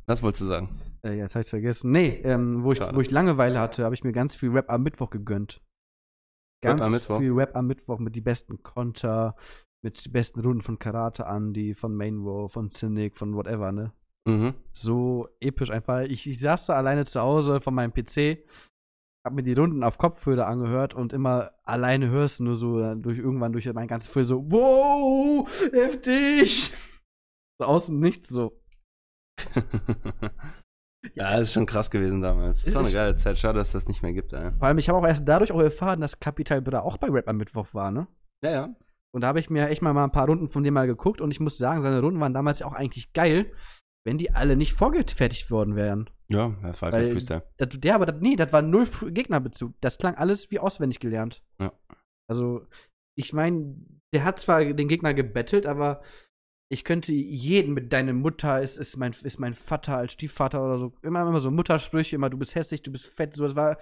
Was wolltest du sagen?
Äh, ja, das habe ich vergessen. Nee, ähm, wo, ich,
Schade.
wo ich Langeweile hatte, habe ich mir ganz viel Rap am Mittwoch gegönnt.
Rap
Ganz
am Mittwoch?
viel Rap am Mittwoch mit die besten Konter, mit die besten Runden von Karate Andy, von Mainrow, von Cynic, von whatever, ne?
Mhm.
so episch einfach. Ich, ich saß da alleine zu Hause von meinem PC, hab mir die Runden auf Kopfhörer angehört und immer alleine hörst du nur so äh, durch irgendwann durch mein ganzes Gefühl so, wow, heftig! So aus dem Nichts so.
ja, das ist schon krass gewesen damals. Das war eine
Ist-
geile Zeit. Schade, dass das nicht mehr gibt, ey.
Vor allem, ich habe auch erst dadurch auch erfahren, dass Capital Bra auch bei Rap am Mittwoch war, ne?
Ja, ja.
Und da habe ich mir echt mal, mal ein paar Runden von dem mal geguckt und ich muss sagen, seine Runden waren damals auch eigentlich geil, wenn die alle nicht vorgefertigt worden wären.
Ja, ja Five
Weil-
Night Freestyle.
Das, der, aber das, nee, das war null F- Gegnerbezug. Das klang alles wie auswendig gelernt.
Ja.
Also, ich meine, der hat zwar den Gegner gebettelt, aber Ich könnte jeden mit deine Mutter, ist, ist, mein, ist mein Vater als Stiefvater oder so. Immer, immer so Muttersprüche, immer du bist hässlich, du bist fett. So, das war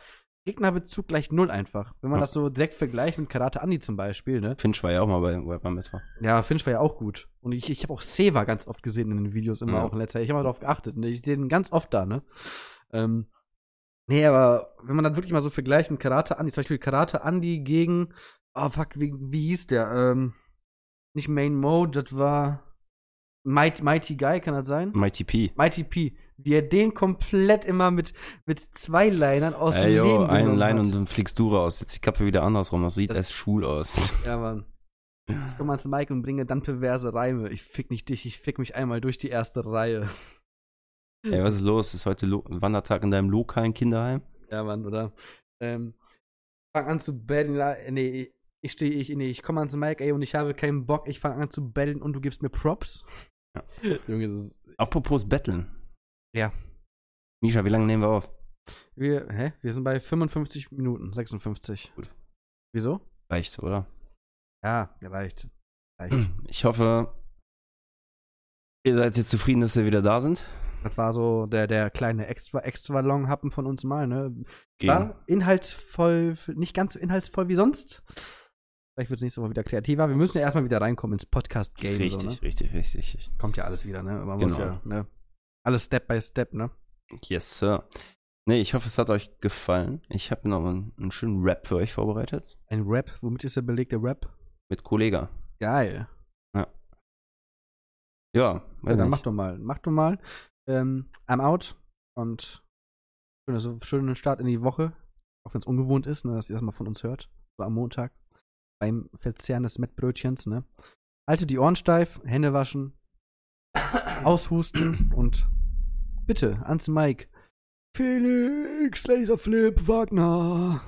Gegnerbezug gleich null einfach. Wenn man
Ja.
das so direkt vergleicht mit Karate Andi zum Beispiel, ne?
Finch war ja auch mal bei Webman mit. war.
Ja, Finch war ja auch gut. Und ich, ich habe auch Seva ganz oft gesehen in den Videos, immer
Ja.
auch in letzter Zeit. Ich habe mal drauf geachtet. Ne? Ich sehe den ganz oft da, ne? Ähm, nee, aber wenn man dann wirklich mal so vergleicht mit Karate Andi, zum Beispiel Karate Andi gegen, oh fuck, wie, wie hieß der? Ähm, nicht Main Mode, das war Mighty, Mighty Guy, kann das sein?
Mighty P.
Mighty P. Wie er den komplett immer mit, mit zwei Linern aus
Ey, yo,
Leben
einen
genommen
Line
hat.
und dann fliegst du raus. Jetzt die Kappe wieder andersrum. Das sieht
Das-
erst schwul aus.
Ja, Mann. Ich komme ans Mike und bringe dann perverse Reime. Ich fick nicht dich, ich fick mich einmal durch die erste Reihe.
Ey, was ist los? Ist heute Lo Wandertag in deinem lokalen Kinderheim?
Ja, Mann, oder? Ähm, fang an zu bellen. la- Nee, ich stehe, ich, nee, ich komme ans Mike, ey, und ich habe keinen Bock. Ich fange an zu bellen und du gibst mir Props.
Ja.
Junge, das ist,
Apropos Betteln.
Ja.
Misha, wie lange nehmen wir auf?
wir, hä? Wir sind bei 55 Minuten, 56.
Gut.
Wieso?
Reicht, oder?
Ja, reicht. Reicht.
Ich hoffe, ihr seid jetzt zufrieden, dass wir wieder da sind.
Das war so der, der kleine extra, extra long Happen von uns mal, ne?
Gegen-
War inhaltsvoll, nicht ganz so inhaltsvoll wie sonst. Vielleicht wird es nächste Mal wieder kreativer. Wir müssen ja erstmal wieder reinkommen ins Podcast-Game.
Richtig,
So, ne?
richtig, richtig, richtig.
Kommt ja alles wieder, ne? Man
Genau.
muss ja, ne? Alles Step by Step, ne?
Yes, Sir. Nee, ich hoffe, es hat euch gefallen. Ich habe noch einen, einen schönen Rap für euch vorbereitet.
Ein Rap, womit ist der belegte Rap?
Mit Kollega.
Geil.
Ja, weiß
Also, dann
nicht.
mach doch mal, mach doch mal. Ähm, I'm out und schönes, schönen Start in die Woche. Auch wenn es ungewohnt ist, ne, dass ihr das mal von uns hört. So am Montag. Beim Verzehren des Mettbrötchens, ne? Halte die Ohren steif, Hände waschen, aushusten und bitte ans Mike. Felix, Laserflip, Wagner.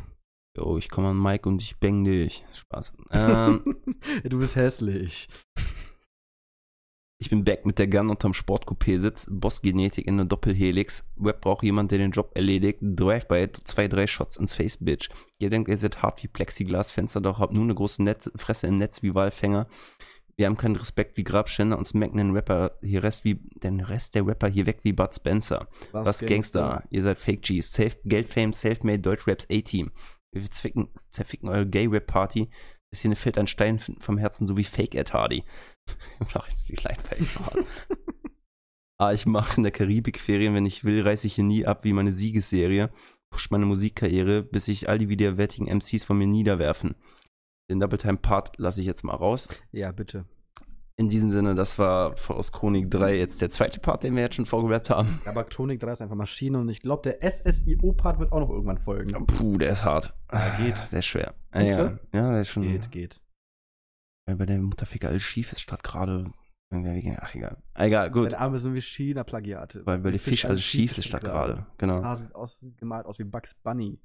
Yo, ich komme an Mike und ich bang dich. Spaß. Ähm,
du bist hässlich.
ich bin back mit der Gun unterm Sportcoupé sitz. Bossgenetik in der Doppelhelix. Web braucht jemand, der den Job erledigt. Drive-by, zwei, drei Shots ins Face, Bitch. Ihr denkt, ihr seid hart wie Plexiglasfenster, doch habt nur eine große Netz Fresse im Netz wie Walfänger. Wir haben keinen Respekt wie Grabständer und smacken den Rapper hier Rest wie, den Rest der Rapper hier weg wie Bud Spencer. Was Gangster? Ihr seid Fake G's. Safe, Geldfame, Selfmade, Deutschraps A-Team. Wir zwicken, zerficken eure Gay-Rap-Party. Das hier fällt ein Stein f- vom Herzen, so wie Fake Ed Hardy. Ich mach jetzt die Leinfähig Ah, ich mache in der Karibik Ferien, wenn ich will, reiße ich hier nie ab wie meine Siegesserie. Push meine Musikkarriere, bis ich all die widerwärtigen MCs von mir niederwerfen. Den Double-Time-Part lasse ich jetzt mal raus.
Ja, bitte.
In diesem Sinne, das war aus Chronik 3 jetzt der zweite Part, den wir jetzt schon vorgerappt haben.
Aber Chronik 3 ist einfach Maschine und ich glaube, der SSIO-Part wird auch noch irgendwann folgen.
Puh, der ist hart.
Ja, geht.
Ah, Sehr schwer. Ja,
Findest
ja, der ist schon.
Geht, geht.
Weil bei der Mutterficker alles schief ist, statt gerade. irgendwie- Ach, egal. Egal, gut.
Deine Arme sind wie China-Plagiate.
Weil bei
Der
der Fisch alles schief ist, statt gerade. Genau.
Haar sieht aus, sieht gemalt aus wie Bugs Bunny.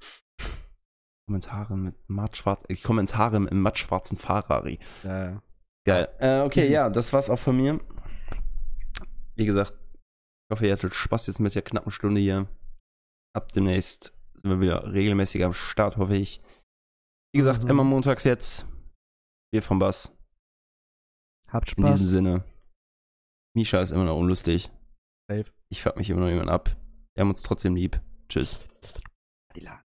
Kommentare mit mattschwarz. Ich komme ins Haare mit einem mattschwarzen Ferrari.
Ja,
Geil. Äh, okay, ja, das war's auch von mir. Wie gesagt, ich hoffe, ihr hattet Spaß jetzt mit der knappen Stunde hier. Ab demnächst sind wir wieder regelmäßig am Start, hoffe ich. Wie gesagt,
Mhm.
immer montags jetzt. Wir vom Bass.
Habt
In diesem
Spaß.
Sinne. Misha ist immer noch unlustig.
Safe.
Ich fuck mich immer noch jemand ab. Wir haben uns trotzdem lieb. Tschüss.
Adila.